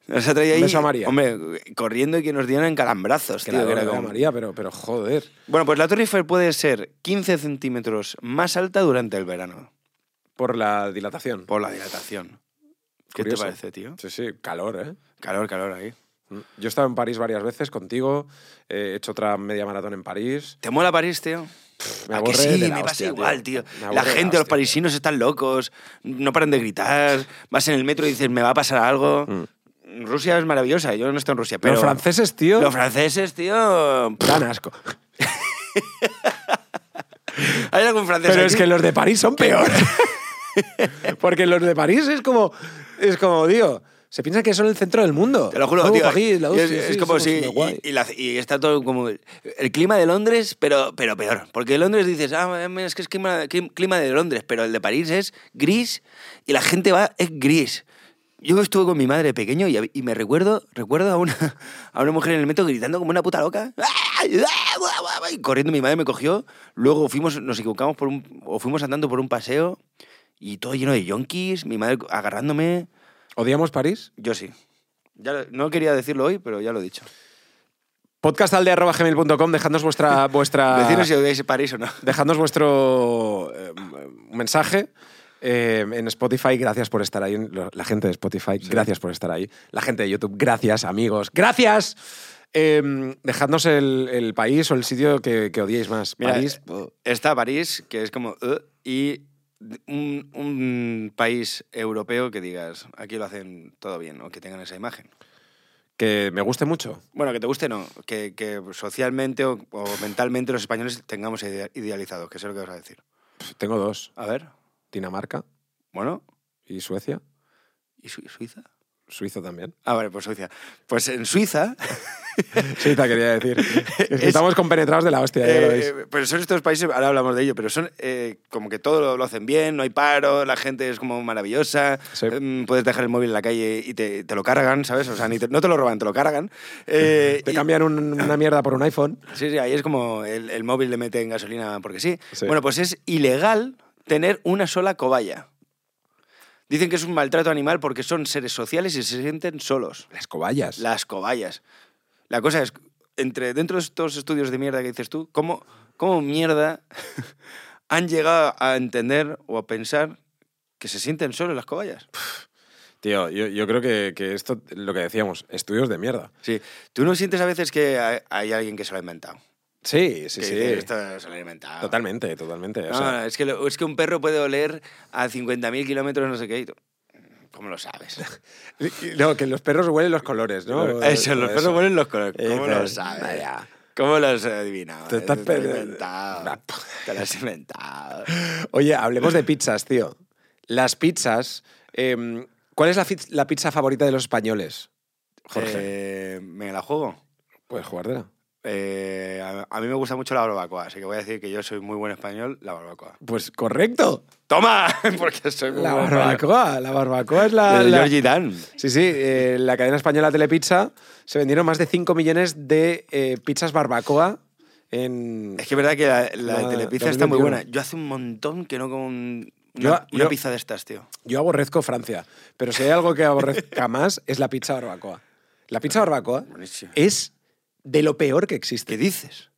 A: Nos ha traído
B: Un
A: ahí.
B: beso a María.
A: Hombre, corriendo y que nos dieran calambrazos,
B: que
A: tío.
B: la
A: que era
B: adoro,
A: como-
B: María, pero, pero joder.
A: Bueno, pues la Torre Eiffel puede ser 15 centímetros más alta durante el verano.
B: Por la dilatación.
A: Por la dilatación. ¿Qué
B: Curioso.
A: te parece, tío?
B: Sí, sí, calor, ¿eh?
A: Calor, calor ahí.
B: Yo he estado en París varias veces contigo, eh, he hecho otra media maratón en París.
A: ¿Te mola París, tío?
B: Me
A: ¿A Ah, que
B: aburre
A: sí,
B: de la
A: me
B: hostia,
A: pasa igual, tío.
B: Me
A: La
B: aburre de
A: gente, los
B: hostia.
A: parisinos están locos, no paran de gritar, vas en el metro y dices, me va a pasar algo. Rusia es maravillosa, yo no estoy en Rusia, pero...
B: Mm. Los franceses, tío,
A: Los franceses, tío...
B: dan asco.
A: ¿Hay algún francés
B: Pero
A: aquí?
B: es que los de París son peores. Porque los de París es como, es como, digo, Se piensa que son el centro del mundo.
A: Te lo juro,
B: Oh,
A: tío.
B: París, la
A: y es,
B: hostia,
A: es
B: sí,
A: como
B: somos
A: si.
B: súper guay.
A: Y, y la- y está todo como. El clima de Londres, pero, pero peor. Porque Londres dices, ah, es que es clima, clim- clima de Londres, pero el de París es gris y la gente va, es gris. Yo estuve con mi madre pequeño y, hab- y me recuerdo, recuerdo a una, a una mujer en el metro gritando como una puta loca. Y corriendo mi madre me cogió. Luego fuimos, nos equivocamos por un, o fuimos andando por un paseo y todo lleno de yonkis, mi madre agarrándome.
B: ¿Odiamos París?
A: Yo sí. Ya lo- no quería decirlo hoy, pero ya lo he dicho.
B: Podcastalde.gmail.com, dejadnos vuestra... vuestra...
A: Deciros si odiáis París o no.
B: Dejadnos vuestro eh, mensaje eh, en Spotify. Gracias por estar ahí. Lo- La gente de Spotify, gracias por estar ahí. La gente de YouTube, gracias, amigos. ¡Gracias! Eh, dejadnos el, el país o el sitio que, que odiéis más.
A: Mira,
B: París.
A: eh, está París, que es como... eh, y un, un país europeo que digas, aquí lo hacen todo bien, o que tengan esa imagen.
B: Que me guste mucho.
A: Bueno, que te guste no, que, que socialmente o, o mentalmente los españoles tengamos idea- idealizados, que sé lo que vas a decir.
B: Pf, Tengo dos.
A: A ver,
B: Dinamarca
A: bueno,
B: y Suecia.
A: ¿y Sui- Suiza?
B: Suizo también.
A: Ah, vale, pues Suiza. Pues en Suiza...
B: Suiza quería decir. Es que
A: Es-
B: estamos compenetrados de la hostia, ya lo veis.
A: Eh, eh, pero son estos países, ahora hablamos de ello, pero son eh, como que todo lo, lo hacen bien, no hay paro, la gente es como maravillosa,
B: Sí.
A: em, puedes dejar el móvil en la calle y te, te lo cargan, ¿sabes? O sea, ni te- no te lo roban, te lo cargan. Eh,
B: Te
A: y-
B: cambian un- una mierda por un iPhone.
A: Sí, sí, ahí es como el, el móvil le mete en gasolina porque sí.
B: Sí.
A: Bueno, pues es ilegal tener una sola cobaya. Dicen que es un maltrato animal porque son seres sociales y se sienten solos.
B: Las cobayas.
A: Las cobayas. La cosa es, entre, dentro de estos estudios de mierda que dices tú, ¿cómo, cómo mierda han llegado a entender o a pensar que se sienten solos las cobayas?
B: Tío, yo, yo creo que, que esto, lo que decíamos, estudios de mierda.
A: Sí. ¿Tú no sientes a veces que hay, hay alguien que se lo ha inventado?
B: Sí, sí,
A: Que Ah.
B: sí.
A: dice, Esto se lo ha inventado.
B: Totalmente, totalmente. o
A: No,
B: sea,
A: no, es, que lo- es que un perro puede oler a 50.000 kilómetros no sé qué. y tú, ¿Cómo lo sabes?
B: no, que los perros huelen los colores, ¿no?
A: Eso, los perros huelen los colores.
B: Y
A: ¿Cómo lo
B: dices,
A: sabes?
B: "Vaya".
A: ¿Cómo lo has adivinado?
B: Te
A: Te,
B: estás
A: lo has
B: perdiendo. pues,
A: inventado.
B: Una
A: Te lo has inventado.
B: Oye, hablemos de pizzas, tío. Las pizzas. em, ¿Cuál es la, fiz- la pizza favorita de los españoles? Jorge.
A: Eh, me la juego.
B: Puedes jugártela.
A: Eh, a, a mí me gusta mucho la barbacoa, así que voy a decir que yo soy muy buen español, la barbacoa.
B: Pues correcto.
A: ¡Toma! Porque soy muy
B: La
A: buen español.
B: barbacoa. La barbacoa es la.
A: De
B: la-
A: Georgie Dan.
B: Sí, sí, eh, la cadena española Telepizza se vendieron más de 5 millones de eh, pizzas barbacoa en.
A: Es que es verdad que la, la
B: La-
A: de Telepizza está muy
B: 2021.
A: buena. Yo hace un montón que no como un- una,
B: Yo-
A: una
B: yo-
A: pizza de estas, tío.
B: Yo aborrezco Francia, pero si hay algo que aborrezca más es la pizza barbacoa. La pizza barbacoa
A: Buenísimo.
B: es de lo peor que existe.
A: ¿Qué dices?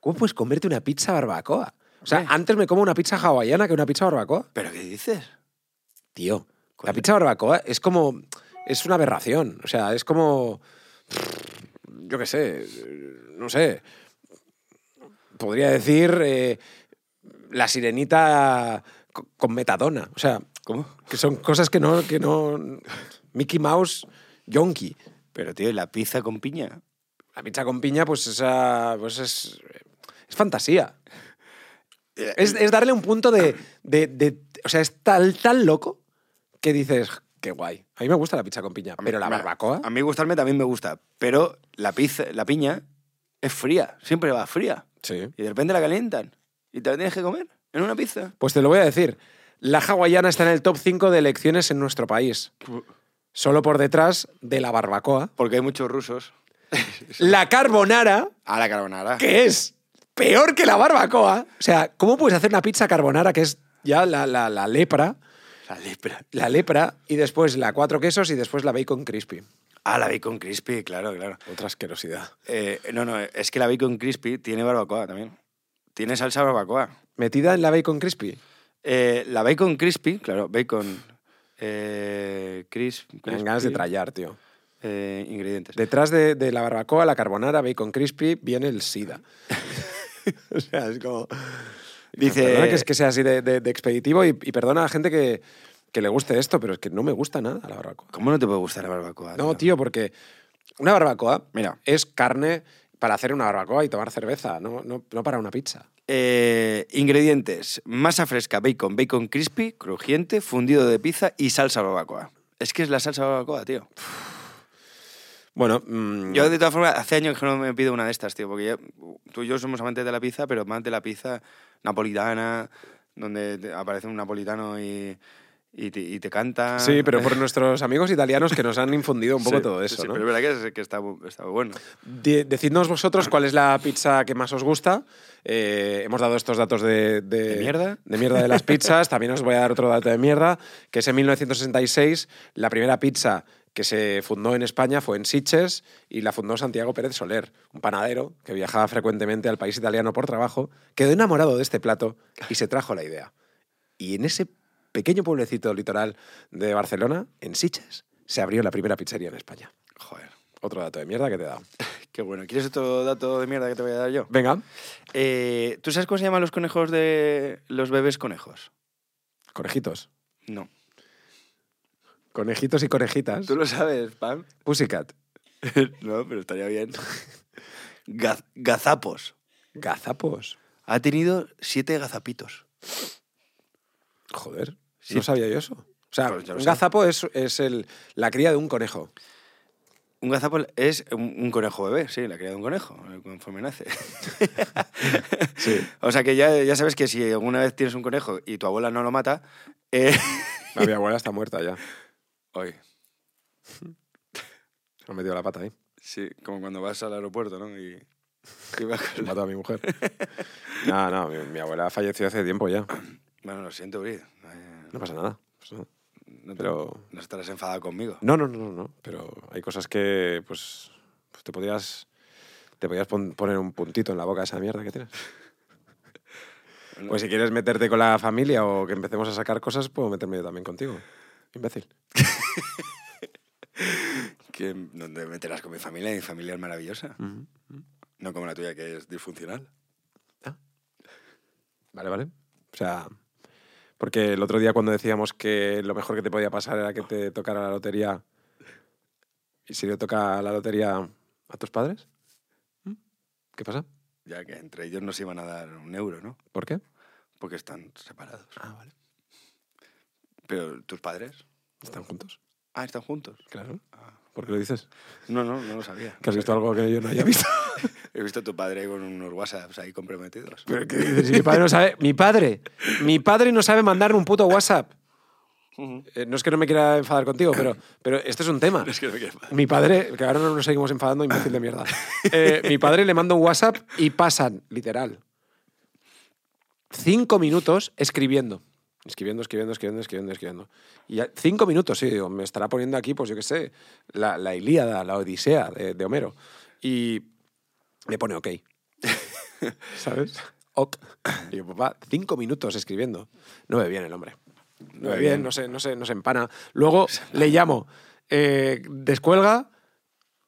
B: ¿Cómo puedes comerte una pizza barbacoa? O sea,
A: Hombre.
B: antes me como una pizza hawaiana que una pizza barbacoa.
A: ¿Pero qué dices?
B: Tío, la
A: Coño.
B: pizza barbacoa es como... Es una aberración. O sea, es como... Yo qué sé. No sé. Podría decir eh, la sirenita co- con metadona. O sea,
A: ¿Cómo?
B: que son cosas que no, que no. Mickey Mouse, Yonki.
A: Pero, tío, ¿y la pizza con piña?
B: La pizza con piña, pues esa. Pues es. Es fantasía. Es, es darle un punto de. de- de- o sea, es tal, tan loco que dices, qué guay. A mí me gusta la pizza con piña, pero la
A: Mira,
B: barbacoa.
A: A mí gustarme también me gusta, pero la, pizza, la piña es fría, siempre va fría.
B: Sí.
A: Y de repente la calientan y te la tienes que comer en una pizza.
B: Pues te lo voy a decir. La hawaiana está en el top 5 de elecciones en nuestro país. Solo por detrás de la barbacoa.
A: Porque hay muchos rusos.
B: La carbonara.
A: A la carbonara.
B: que es peor que la barbacoa. O sea, ¿cómo puedes hacer una pizza carbonara que es ya la, la- la lepra?
A: La lepra.
B: La lepra y después la cuatro quesos y después la bacon crispy.
A: Ah, la bacon crispy, claro, claro.
B: Otra asquerosidad.
A: Eh, no, no, es que la bacon crispy tiene barbacoa también. Tiene salsa barbacoa.
B: Metida en la bacon crispy.
A: Eh, la bacon crispy, claro, bacon eh, cris- crispy.
B: Tengan ganas de trallar, tío.
A: eh, ingredientes.
B: Detrás de, de la barbacoa, la carbonara, bacon crispy, viene el SIDA. o sea, es como... Perdona
A: Dice.
B: que, es que sea así de, de- de expeditivo y, y perdona a la gente que, que le guste esto, pero es que no me gusta nada la barbacoa.
A: ¿Cómo no te puede gustar la barbacoa?
B: No, tío, porque una barbacoa
A: Mira,
B: es carne para hacer una barbacoa y tomar cerveza, no, no, no para una pizza.
A: eh, ingredientes: masa fresca, bacon, bacon crispy, crujiente, fundido de pizza y salsa barbacoa. Es que es la salsa barbacoa, tío.
B: Bueno, mm,
A: Yo, de todas formas, hace años que no me pido una de estas, tío, porque ya- tú y yo somos amantes de la pizza, pero más de la pizza napolitana, donde te- aparece un napolitano y, y, te, y te canta.
B: sí, pero por nuestros amigos italianos que nos han infundido un poco
A: Sí,
B: todo
A: sí,
B: eso,
A: sí,
B: ¿no?
A: Pero es verdad que, es- que está, bu- está bueno.
B: De- decidnos vosotros cuál es la pizza que más os gusta. Eh, hemos dado estos datos de,
A: ¿De
B: de-
A: mierda?
B: De mierda de las pizzas. También os voy a dar otro dato de mierda, que es en 1966 la primera pizza que se fundó en España fue en Sitges y la fundó Santiago Pérez Soler, un panadero que viajaba frecuentemente al país italiano por trabajo, quedó enamorado de este plato y se trajo la idea. Y en ese pequeño pueblecito litoral de Barcelona, en Sitges, se abrió la primera pizzería en España.
A: Joder,
B: Otro dato de mierda que te he dado.
A: qué bueno. ¿Quieres otro dato de mierda que te voy a dar yo?
B: Venga.
A: Eh, ¿Tú sabes cómo se llaman los conejos de los bebés conejos?
B: Conejitos.
A: No.
B: Conejitos y conejitas.
A: ¿Tú lo sabes, Pam?
B: Pussycat.
A: no, pero estaría bien. Gaz- gazapos.
B: Gazapos.
A: Ha tenido siete gazapitos.
B: Joder.
A: Sí.
B: No sabía yo eso. O sea,
A: Pues ya lo
B: un
A: sé.
B: gazapo es, es el, la cría de un conejo.
A: Un gazapo es un, un conejo bebé, sí, la cría de un conejo, eh, conforme nace.
B: Sí.
A: O sea que ya, ya sabes que si alguna vez tienes un conejo y tu abuela no lo mata. Eh...
B: Mi abuela está muerta ya.
A: Oye,
B: Se ha metido la pata ahí.
A: sí, como cuando vas al aeropuerto, ¿no? Y, y vas
B: Se
A: con-
B: mató a mi mujer. No, no, mi, mi abuela falleció hace tiempo ya.
A: Bueno, lo siento, Brid. eh,
B: No pasa nada. Pues no.
A: No, te-
B: Pero.
A: no estarás enfadada conmigo.
B: No, no, no, no, no. Pero hay cosas que, pues, pues te podrías. Te podrías pon- poner un puntito en la boca a esa mierda que tienes. Pues si quieres meterte con la familia o que empecemos a sacar cosas, puedo meterme yo también contigo. Imbécil.
A: Que no te meterás con mi familia, mi familia es maravillosa. No como la tuya, que es disfuncional.
B: Vale, vale. O sea, porque el otro día cuando decíamos que lo mejor que te podía pasar era que te tocara la lotería, ¿y si le toca la lotería a tus padres? ¿Mm? ¿Qué pasa?
A: Ya que entre ellos no se iban a dar un euro, ¿no?
B: ¿Por qué?
A: Porque están separados.
B: Ah, vale.
A: Pero tus padres.
B: ¿Están juntos?
A: Ah, están juntos. Ah.
B: Claro. ¿Por qué lo dices?
A: No, no, no lo sabía.
B: ¿Que has visto algo que yo no haya visto?
A: He visto a tu padre con unos WhatsApps ahí comprometidos.
B: ¿Pero qué dices? Si mi padre no sabe... ¡Mi padre! ¡Mi padre no sabe mandarme un puto WhatsApp! Eh, no es que no me quiera enfadar contigo, pero, pero este es un tema.
A: Es que no me quieres más.
B: Mi padre, que ahora no nos seguimos enfadando, imbécil de mierda. Eh, mi padre le manda un WhatsApp y pasan, literal, cinco minutos escribiendo. Escribiendo, escribiendo, escribiendo, escribiendo, escribiendo. Y ya- cinco minutos, sí, digo, me estará poniendo aquí, pues yo qué sé, la, la Ilíada, la Odisea de, de Homero. Y me pone ok. ¿Sabes? Ok. Y yo, papá, cinco minutos escribiendo. No ve bien el hombre. No ve bien, no se, no, se, no se empana. Luego le llamo, eh, descuelga,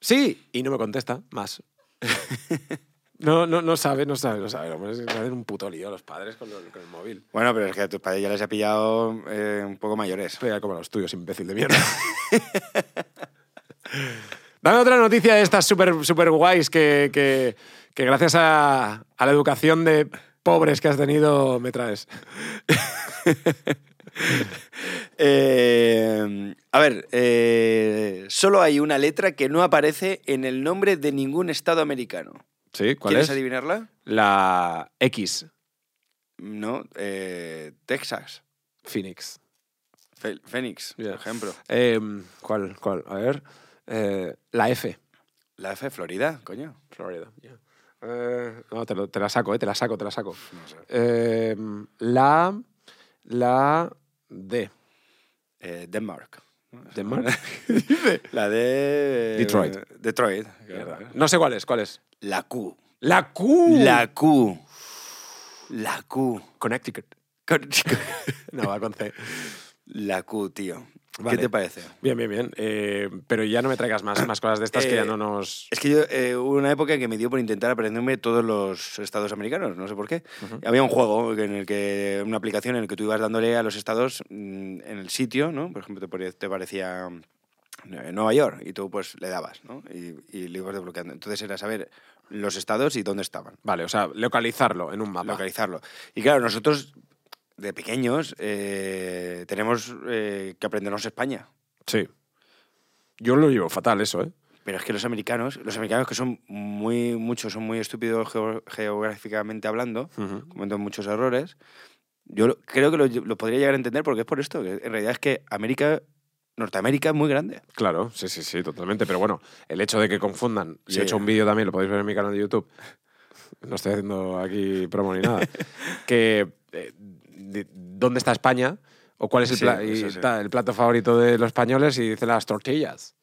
B: sí, y no me contesta más. No, no, no sabe, no sabe, no sabe. Hombre, es que hacen un puto lío los padres con, lo- con el móvil.
A: Bueno, pero es que a tus padres ya les ha pillado eh, un poco mayores.
B: Estoy ya como los tuyos, imbécil de mierda. Dame otra noticia de estas súper super guays que, que, que gracias a, a la educación de pobres que has tenido me traes.
A: Eh, a ver, eh, solo hay una letra que no aparece en el nombre de ningún estado americano.
B: ¿Sí?
A: ¿Quieres adivinarla?
B: La X,
A: No, eh, Texas,
B: Phoenix.
A: Fe- Phoenix,
B: Ya.
A: por ejemplo.
B: Em, ¿Cuál? ¿Cuál? A ver. eh, la F.
A: La F, Florida, coño.
B: Florida. Eh, no, te, lo- te la saco, eh, te la saco, te la saco.
A: No sé.
B: Em, la. La. D.
A: Eh, Denmark.
B: Denmark.
A: La de...
B: Detroit.
A: Detroit.
B: Mierda. No sé cuál es, cuál es.
A: La Q.
B: La Q.
A: La Q. La Q.
B: Connecticut.
A: Con-
B: No, va con C.
A: La Q, tío.
B: Vale.
A: ¿Qué te parece?
B: Bien, bien, bien. Eh, pero ya no me traigas más, más cosas de estas que
A: Eh,
B: ya no nos.
A: Es que yo eh, hubo una época en que me dio por intentar aprenderme todos los estados americanos, no sé por qué. Había un juego en el que, una aplicación en la que tú ibas dándole a los estados mm, en el sitio, ¿no? Por ejemplo, te, pare- te parecía mm, eh, Nueva York y tú pues le dabas, ¿no? Y, y le ibas desbloqueando. Entonces era saber los estados y dónde estaban.
B: Vale, o sea, localizarlo en un mapa.
A: localizarlo. Y claro, nosotros de pequeños eh, tenemos eh, que aprendernos España.
B: Sí. Yo lo llevo fatal eso, ¿eh?
A: Pero es que los americanos, los americanos que son muy, muchos son muy estúpidos geo- geográficamente hablando,
B: Ujú.
A: cometen muchos errores. Yo lo- creo que lo, lo podría llegar a entender porque es por esto, que en realidad es que América, Norteamérica es muy grande.
B: Claro, sí, sí, sí, totalmente. Pero bueno, el hecho de que confundan, yo
A: Sí.
B: he hecho un vídeo también, lo podéis ver en mi canal de YouTube, no estoy haciendo aquí promo ni nada, que eh, de- ¿dónde está España? ¿O cuál es el,
A: Sí,
B: pla- y
A: eso sí.
B: ta- el plato favorito de los españoles? Y dicen las tortillas.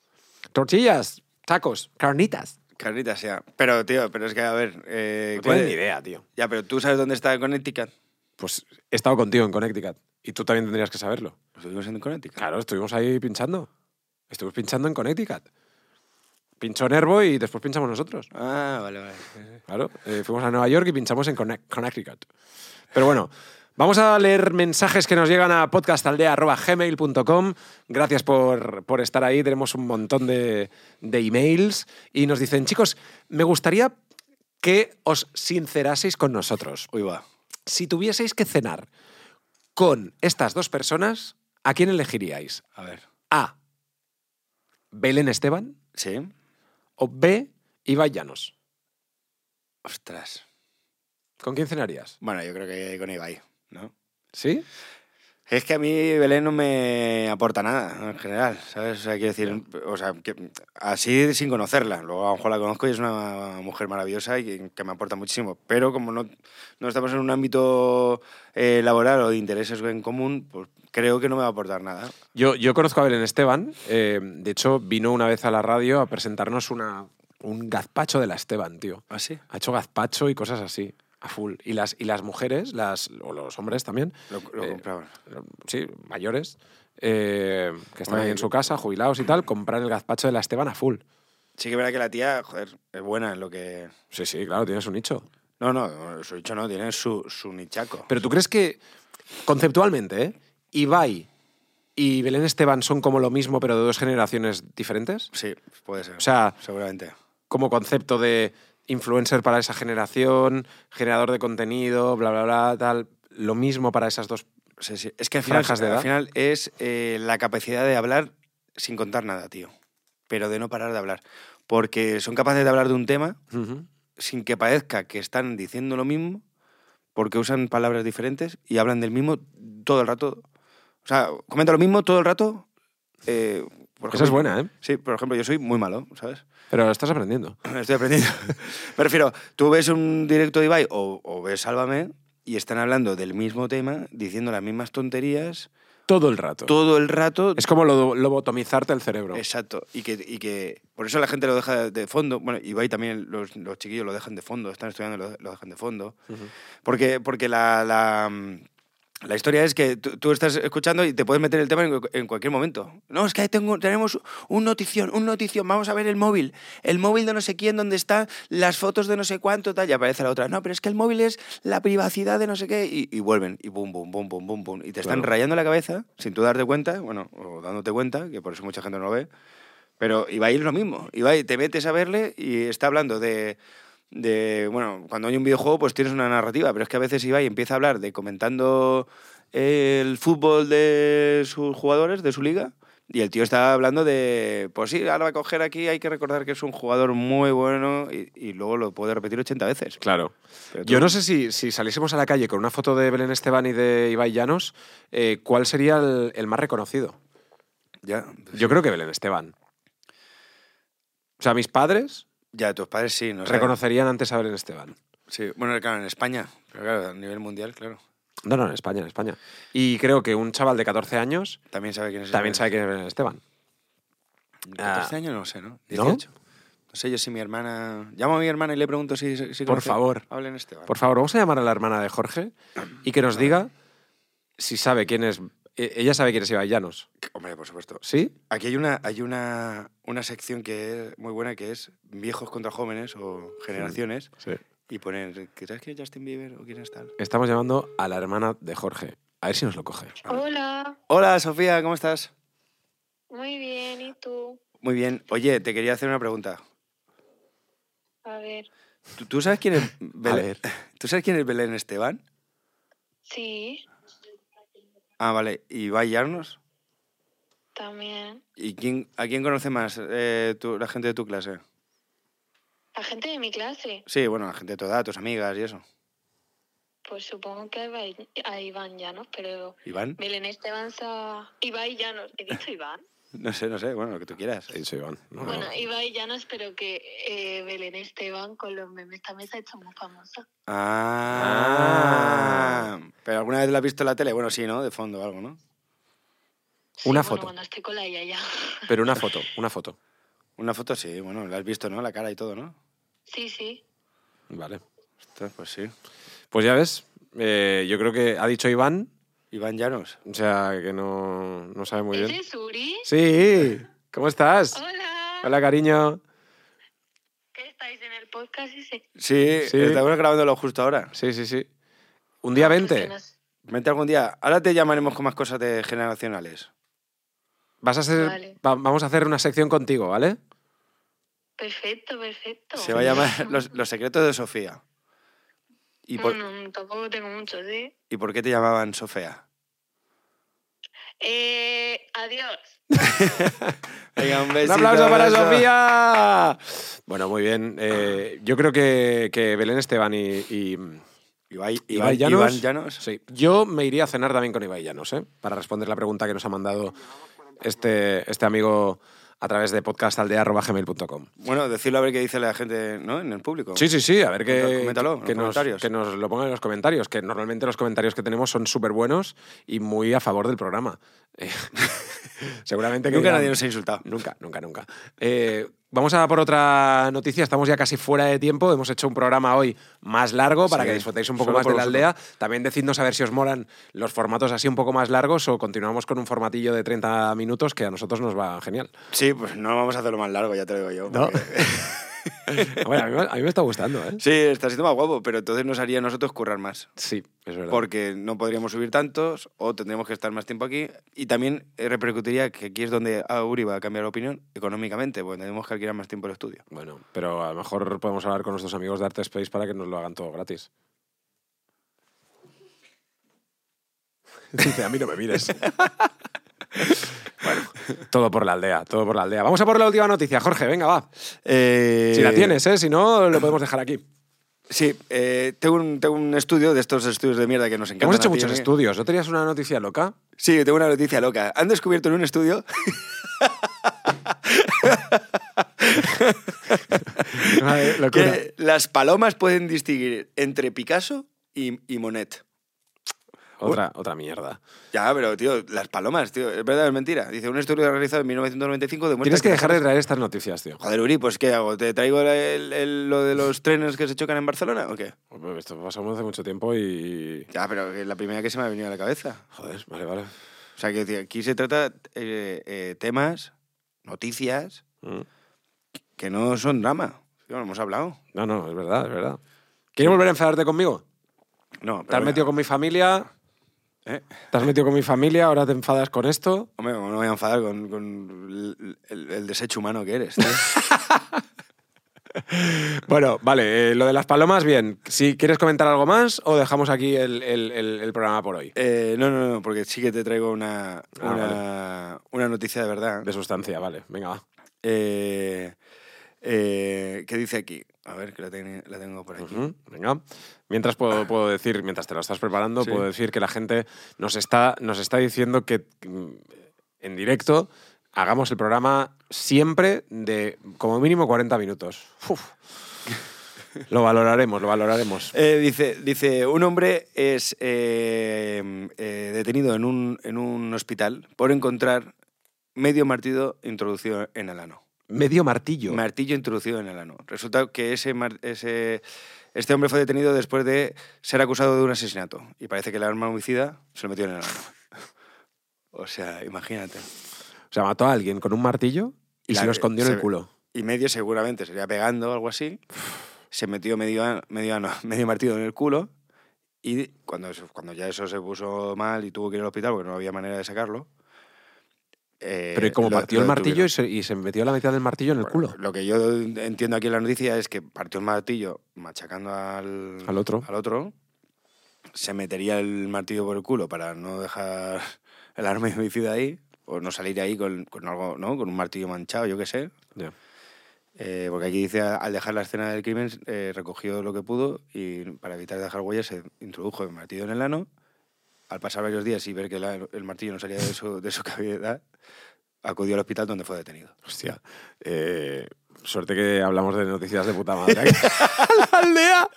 B: Tortillas, tacos, carnitas.
A: Carnita sea. Pero, tío, pero es que, a ver... eh,
B: No tienen
A: ¿cuál-
B: ni idea, tío.
A: Ya, pero tú sabes dónde está Connecticut.
B: Pues he estado contigo en Connecticut y tú también tendrías que saberlo.
A: Estuvimos en Connecticut.
B: Claro, estuvimos ahí pinchando. Estuvimos pinchando en Connecticut. Pinchó Nervo y después pinchamos nosotros.
A: Ah, vale, vale.
B: Claro, eh, fuimos a Nueva York y pinchamos en Conne- Connecticut. Pero bueno, vamos a leer mensajes que nos llegan a podcastaldea.gmail.com. Gracias por, por estar ahí, tenemos un montón de, de emails y nos dicen, chicos, me gustaría que os sinceraseis con nosotros.
A: Uy, va.
B: Si tuvieseis que cenar con estas dos personas, ¿a quién elegiríais?
A: A ver.
B: A. Belén Esteban
A: ¿Sí?
B: o B. Ibai Llanos.
A: Ostras.
B: ¿Con quién cenarías?
A: Bueno, yo creo que con Ibai, ¿no?
B: ¿Sí?
A: Es que a mí Belén no me aporta nada, en general, ¿sabes? O sea, quiero decir, o sea, que- así sin conocerla. Luego a lo mejor la conozco y es una mujer maravillosa y que- que me aporta muchísimo. Pero como no, no estamos en un ámbito eh, laboral o de intereses en común, pues creo que no me va a aportar nada.
B: Yo, yo conozco a Belén Esteban. eh, de hecho, vino una vez a la radio a presentarnos una, un gazpacho de la Esteban, tío.
A: ¿Ah, sí?
B: Ha hecho gazpacho y cosas así, a full. Y las, y las mujeres, las, o los hombres también,
A: Lo, lo
B: Eh,
A: compraban.
B: sí, mayores, eh, que están
A: Bueno,
B: ahí
A: y-
B: en su casa, jubilados y tal, compran el gazpacho de la Esteban a full.
A: Sí que es verdad que la tía, joder, es buena en lo que...
B: Sí, sí, claro, tiene su nicho.
A: No, no, su dicho no, tiene su, su nichaco.
B: Pero tú crees que, conceptualmente, ¿eh? Ibai y Belén Esteban son como lo mismo, pero de dos generaciones diferentes.
A: Sí, puede ser.
B: O sea,
A: seguramente.
B: como concepto de influencer para esa generación, generador de contenido, bla, bla, bla, tal. Lo mismo para esas dos.
A: Sí, sí. Es que al final,
B: Franjas de edad.
A: al final es eh, la capacidad de hablar sin contar nada, tío. Pero de no parar de hablar. Porque son capaces de hablar de un tema sin que parezca que están diciendo lo mismo, porque usan palabras diferentes y hablan del mismo todo el rato. O sea, comenta lo mismo todo el rato. eh, por
B: Esa es
A: ejemplo-
B: buena, ¿eh?
A: Sí, por ejemplo, yo soy muy malo, ¿sabes?
B: Pero lo estás aprendiendo.
A: Estoy aprendiendo. Me refiero, tú ves un directo de Ibai o, o ves Sálvame y están hablando del mismo tema, diciendo las mismas tonterías
B: Todo el rato.
A: todo el rato.
B: Es como lo- lobotomizarte el cerebro.
A: Exacto. Y que, y que por eso la gente lo deja de fondo. Bueno, Ibai también, los, los chiquillos lo dejan de fondo, están estudiando, lo, lo dejan de fondo. Porque, porque la, la, mm, la historia es que tú, tú estás escuchando y te puedes meter el tema en, cu- en cualquier momento. No, es que ahí tengo, tenemos un notición, un notición, vamos a ver el móvil. El móvil de no sé quién, donde están las fotos de no sé cuánto, tal, y aparece la otra. No, pero es que el móvil es la privacidad de no sé qué. Y, y vuelven, y bum, bum, bum, bum, bum, bum. Y te están
B: Claro.
A: rayando la cabeza sin tú darte cuenta, bueno, o dándote cuenta, que por eso mucha gente no lo ve. Pero Ibai es lo mismo. Ibai, te metes a verle y está hablando de, de... Bueno, cuando hay un videojuego pues tienes una narrativa, pero es que a veces Ibai empieza a hablar de comentando el fútbol de sus jugadores, de su liga, y el tío está hablando de... Pues sí, ahora va a coger aquí, hay que recordar que es un jugador muy bueno y, y luego lo puede repetir 80 veces.
B: Claro.
A: Pero tú-
B: Yo no sé si, si saliésemos a la calle con una foto de Belén Esteban y de Ibai Llanos, eh, ¿cuál sería el, el más reconocido?
A: Ya,
B: Yo creo que Belén Esteban. O sea, mis padres
A: ya tus padres sí, no sé.
B: reconocerían antes a Belén Esteban.
A: Sí, bueno, claro, en España, pero claro, a nivel mundial, claro.
B: No, no, en España, en España. Y creo que un chaval de 14 años
A: También sabe quién es.
B: también
A: Ibai.
B: sabe quién es Belén Esteban.
A: 14
B: Ah.
A: años no sé, ¿no?
B: ¿No?
A: 18. ¿No? sé, yo si mi hermana... Llamo a mi hermana y le pregunto si... si
B: Por
A: conoce- este
B: favor.
A: Hablen Esteban.
B: Por favor, vamos a llamar a la hermana de Jorge y que nos diga si sabe quién es. e- Ella sabe quién es Ibai Llanos.
A: Hombre, por supuesto.
B: ¿Sí?
A: Aquí hay una, hay una, una sección que es muy buena, que es viejos contra jóvenes o generaciones,
B: Sí.
A: y poner... ¿Sabes quién es Justin Bieber o quién es tal?
B: Estamos llamando a la hermana de Jorge. A ver si nos lo coge.
C: Hola,
A: Hola, Sofía, ¿cómo estás?
C: muy bien, ¿y tú?
A: Muy bien. Oye, te quería hacer una pregunta.
C: A ver,
A: ¿Tú, tú sabes quién es Belén?
B: ver.
A: ¿Tú sabes quién es Belén Esteban?
C: sí,
A: Ah, vale. ¿Y va a guiarnos?
C: también.
A: ¿Y quién, a quién conoce más eh, tú- la gente de tu clase?
C: La gente de mi clase,
A: Sí, bueno, la gente de tu edad, tus amigas y eso.
C: pues supongo que a Ibai- a Iván Llanos, pero
A: ¿Iván?
C: Belén Esteban Sa... Ibai Llanos, ¿he dicho Iván?
A: No sé, no sé, bueno, lo que tú quieras.
B: Sí, sí, Iván. No,
C: bueno,
B: no.
C: Ibai Llanos, pero que eh, Belén Esteban con los memes también se ha hecho muy famosa.
A: Ah. ¿Pero alguna vez la has visto en la tele? Bueno, sí, ¿no? De fondo o algo, ¿no?
C: Sí,
B: Una
C: bueno,
B: foto.
C: cuando estoy con la Yaya.
B: Pero una foto, una foto.
A: Una foto sí, bueno, la has visto, ¿no? La cara y todo, ¿no?
C: Sí, sí.
B: Vale.
A: Ostras, pues sí.
B: Pues ya ves, eh, yo creo que ha dicho Iván,
A: Iván Llanos.
B: o sea, que no, no sabe muy bien.
C: ¿Ese es Uri?
B: Sí, ¿cómo estás?
C: Hola.
B: Hola, cariño.
C: ¿Qué estáis en el podcast ese?
A: Sí, eh,
B: Sí.
A: estamos grabándolo justo ahora.
B: Sí, sí, sí. Un día
C: Pues que
B: vente.
C: nos-
A: Vente algún día. Ahora te llamaremos con más cosas de generacionales.
B: Vas a hacer,
C: Vale.
B: va- vamos a hacer una sección contigo, ¿vale?
C: Perfecto, perfecto.
A: Se va a llamar Los, Los secretos de Sofía. ¿Y por,
C: Bueno, Mm, tampoco tengo ¿eh? mucho, ¿sí?
A: ¿Y por qué te llamaban Sofía?
C: Eh, adiós.
A: Venga, un
B: Un
A: besito.
B: aplauso para
A: beso.
B: Sofía. Bueno, muy bien. eh, yo creo que, que Belén Esteban y, y
A: Ibai,
B: Ibai
A: Ibai-
B: Llanos.
A: Iván Llanos.
B: Sí. Yo me iría a cenar también con Ibai Llanos, ¿eh? Para responder la pregunta que nos ha mandado este, este amigo a través de podcastaldea.gmail.com.
A: Bueno, decirlo a ver qué dice la gente ¿no? en el público.
B: Sí, sí, sí, a ver que,
A: Coméntalo en
B: que,
A: los
B: nos,
A: comentarios.
B: que nos lo pongan en los comentarios, que normalmente los comentarios que tenemos son súper buenos y muy a favor del programa. Eh, Seguramente que
A: Nunca
B: dirán-
A: nadie nos ha insultado.
B: Nunca, nunca, nunca. Eh, vamos a por otra noticia. Estamos ya casi fuera de tiempo. Hemos hecho un programa hoy más largo para
A: Sí,
B: que disfrutéis un poco
A: solo
B: más de
A: por
B: la aldea. También decidnos a ver si os molan los formatos así un poco más largos o continuamos con un formatillo de 30 minutos que a nosotros nos va genial.
A: Sí, pues no vamos a hacerlo más largo, ya te lo digo yo.
B: ¿No?
A: porque-
B: Bueno, a mí, me- a mí me está gustando, ¿eh?
A: Sí, está siendo más guapo, pero entonces nos haría a nosotros currar más.
B: Sí, es verdad.
A: Porque no podríamos subir tantos o tendríamos que estar más tiempo aquí. Y también eh, repercutiría que aquí es donde a Uri va a cambiar de opinión económicamente, porque tenemos que alquilar más tiempo el estudio.
B: Bueno, pero a lo mejor podemos hablar con nuestros amigos de Art Space para que nos lo hagan todo gratis. Dice, a mí no me mires. bueno, todo por la aldea, todo por la aldea. Vamos a por la última noticia, Jorge, venga, va. Si la tienes, ¿eh? Si no, lo podemos dejar aquí.
A: Sí, eh, tengo, un, tengo un estudio de estos estudios de mierda que nos encantan.
B: Hemos hecho
A: a ti y a
B: muchos
A: mí.
B: estudios. ¿No tenías una noticia loca?
A: Sí, tengo una noticia loca. Han descubierto en un estudio
B: Vale, locura.
A: que las palomas pueden distinguir entre Picasso y, y Monet.
B: Otra, otra mierda.
A: Ya, pero tío, las palomas, tío, es verdad, es mentira. Dice, un estudio realizado en 1995 demuestra
B: Tienes que
A: las
B: dejar de
A: aves-
B: traer estas noticias, tío.
A: Joder, Uri, pues ¿qué hago? ¿Te traigo el- el- lo de los trenes que se chocan en Barcelona o qué?
B: Esto pasamos hace mucho tiempo y...
A: Ya, pero que es la primera que se me ha venido a la cabeza.
B: Joder, vale, vale.
A: O sea, que tío, aquí se trata eh, eh, temas, noticias,
B: Mm.
A: que no son drama. Tío, lo hemos hablado.
B: No, no, es verdad, es verdad. ¿Quieres volver a enfadarte conmigo?
A: No,
B: Te has
A: pero
B: metido con mi familia.
A: ¿Eh?
B: Te has metido con mi familia, ahora te enfadas con esto.
A: Hombre, no me voy a enfadar con, con el, el- el desecho humano que eres. tío.
B: Bueno, vale, eh, lo de las palomas, bien. Si quieres comentar algo más o dejamos aquí el, el- el- el programa por hoy.
A: Eh, no, no, no, porque sí que te traigo una,
B: Ah,
A: una, una noticia de verdad.
B: De sustancia, vale, venga, va.
A: Eh, eh, ¿Qué dice aquí? A ver, que la, tiene- la tengo por aquí.
B: Ujú, venga. Mientras puedo, puedo decir, mientras te lo estás preparando,
A: Sí.
B: puedo decir que la gente nos está, nos está diciendo que mm, en directo hagamos el programa siempre de como mínimo 40 minutos. Uf. Lo valoraremos, lo valoraremos.
A: Eh, dice, dice, un hombre es eh, eh, detenido en un, en un hospital por encontrar medio martillo introducido en el ano.
B: Medio martillo.
A: Martillo introducido en el ano. Resulta que ese, mar- ese- este hombre fue detenido después de ser acusado de un asesinato. Y parece que el arma homicida se lo metió en el ano. O sea, imagínate.
B: O sea, mató a alguien con un martillo y
A: La-
B: se lo escondió en
A: se
B: el
A: ve-
B: culo.
A: Y medio seguramente sería pegando o algo así. Se metió medio, an- medio, ano- medio martillo en el culo. Y cuando, eso- cuando ya eso se puso mal y tuvo que ir al hospital porque no había manera de sacarlo. eh,
B: Pero como
A: lo-
B: partió
A: lo
B: el martillo
A: detuvieron.
B: y se, y se metió la mitad del martillo en el
A: Bueno,
B: culo.
A: Lo que yo entiendo aquí en la noticia es que partió el martillo machacando al,
B: Al otro.
A: al otro, se metería el martillo por el culo para no dejar el arma homicida ahí, o no salir ahí con, con algo, ¿no? Con un martillo manchado, yo qué sé.
B: Ya.
A: Eh, porque aquí dice, a- al dejar la escena del crimen, eh, recogió lo que pudo y para evitar dejar huellas se introdujo el martillo en el ano. Al pasar varios días y ver que la- el martillo no salía de su, de su cavidad, acudió al hospital donde fue detenido.
B: Hostia. eh, suerte que hablamos de noticias de puta madre. aquí. la aldea.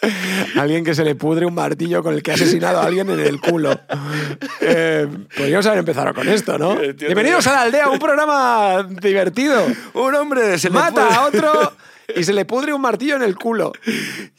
B: Alguien que se le pudre un martillo con el que ha asesinado a alguien en el culo. Eh, podríamos haber empezado con esto, ¿no?
A: El tío
B: Bienvenidos a la aldea, un programa divertido.
A: ¡Un hombre! Se
B: Mata a otro y se le pudre un martillo en el culo.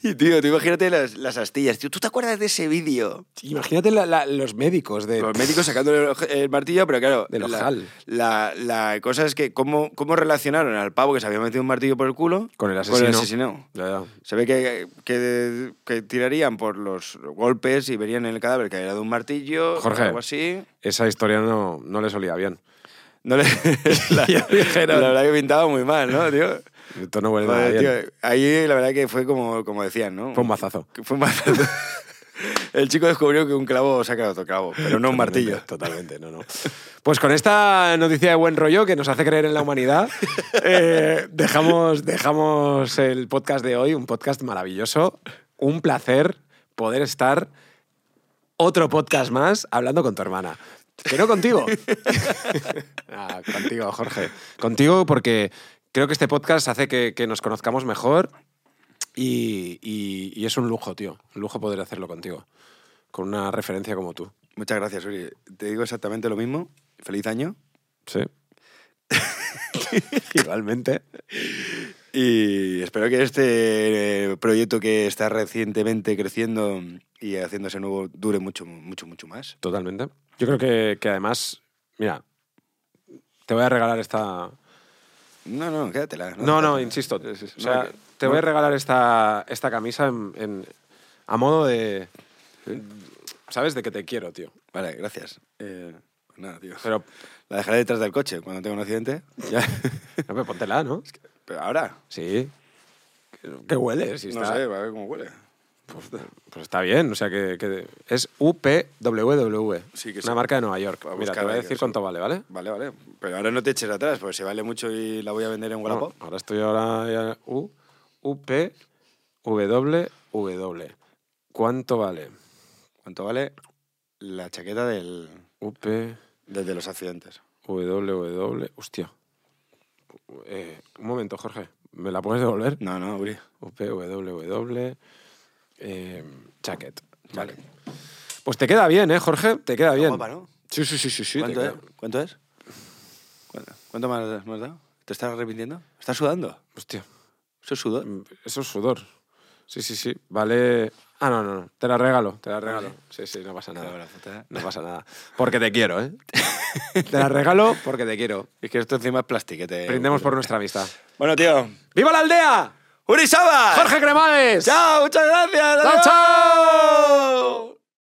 A: Y tío, tú imagínate las, las astillas. Tío, ¿tú te acuerdas de ese vídeo?
B: Imagínate la- la- los médicos de...
A: Los médicos sacándole el, oj- el martillo, pero claro.
B: Del
A: la-
B: ojal.
A: La, la cosa es que, ¿cómo, ¿cómo relacionaron al pavo que se había metido un martillo por el culo
B: Con el asesino.
A: asesino?
B: Ya, ya.
A: Se ve que, que, que tirarían por los golpes y verían en el cadáver que era de un martillo,
B: Jorge.
A: algo así.
B: Esa historia no, no le solía bien.
A: No le, la,
B: Ya dijeron.
A: la verdad que pintaba muy mal, ¿no, tío?
B: Esto no huele nada
A: Joder,
B: bien.
A: tío, ahí la verdad que fue como, como decían, ¿no?
B: Fue un mazazo.
A: Que fue un mazazo. El chico descubrió que un clavo saca otro clavo, pero no un
B: Totalmente,
A: martillo.
B: Totalmente, no, no. Pues con esta noticia de buen rollo que nos hace creer en la humanidad, eh, dejamos, dejamos el podcast de hoy, un podcast maravilloso. Un placer poder estar otro podcast más hablando con tu hermana. Que no contigo. Ah, contigo, Jorge. Contigo porque creo que este podcast hace que, que nos conozcamos mejor y, y- y es un lujo, tío. Un lujo poder hacerlo contigo. Con una referencia como tú.
A: Muchas gracias, Uri. Te digo exactamente lo mismo. Feliz año.
B: Sí. Igualmente.
A: Y espero que este eh, proyecto que está recientemente creciendo y haciéndose nuevo dure mucho, mucho, mucho más.
B: Totalmente. Yo creo que, que además, mira, te voy a regalar esta...
A: No, no, quédatela.
B: No, no,
A: te-
B: insisto.
A: Sí, sí, sí.
B: O
A: No,
B: sea,
A: que-
B: te voy a regalar esta, esta camisa en, en- a modo de... ¿Sabes? De que te quiero, tío.
A: Vale, gracias. Eh, pues nada, tío.
B: Pero
A: La dejaré detrás del coche cuando tenga un accidente.
B: ya... No, pero póntela, ¿no?
A: Pero ahora.
B: Sí. Que- Que huele, si
A: no
B: está...
A: sé, va a ver cómo huele.
B: Pues, pues está bien, o sea que, que es UPWW,
A: Sí, que
B: E. una
A: sí.
B: marca de Nueva York.
A: Voy a
B: Mira, te
A: buscarla,
B: voy a
A: que
B: decir
A: sí.
B: cuánto vale, ¿vale?
A: Vale, vale. Pero ahora no te eches atrás, porque si vale mucho y la voy a vender en
B: Bueno,
A: Wallapop.
B: ahora estoy ahora ya U, UP, W, W. ¿Cuánto vale?
A: ¿Cuánto vale la chaqueta del,
B: UP,
A: desde los accidentes?
B: W, W. Hostia. Eh, un momento, Jorge. ¿Me la puedes devolver?
A: No, no, Uri.
B: UP, W, W. Eh, jacket.
A: Vale.
B: Pues te queda bien, ¿eh, Jorge? Te queda bien.
A: guapa, ¿no?
B: Sí, sí, sí, sí. sí te
A: ¿Cuánto,
B: queda-
A: es? ¿Cuánto es? ¿Cuánto- ¿Cuánto me has, me has dado? ¿Te estás arrepintiendo? ¿Estás sudando?
B: Hostia.
A: ¿Eso es sudor?
B: Mm, Eso es sudor. Sí, sí, sí. Vale. Ah, no, no, no. Te la regalo, te la regalo. Sí, sí, no pasa
A: Te doy
B: nada.
A: la puta.
B: No pasa nada. Porque te quiero, ¿eh? te la regalo porque te quiero.
A: Es que esto encima es plastiquete. eh,
B: Brindemos por nuestra amistad.
A: Bueno, tío.
B: ¡Viva la aldea!
A: ¡Uri Saba!
B: ¡Jorge Cremades!
A: ¡Chao! ¡Muchas gracias!
B: ¡Chao,
A: ¡Adiós!
B: chao!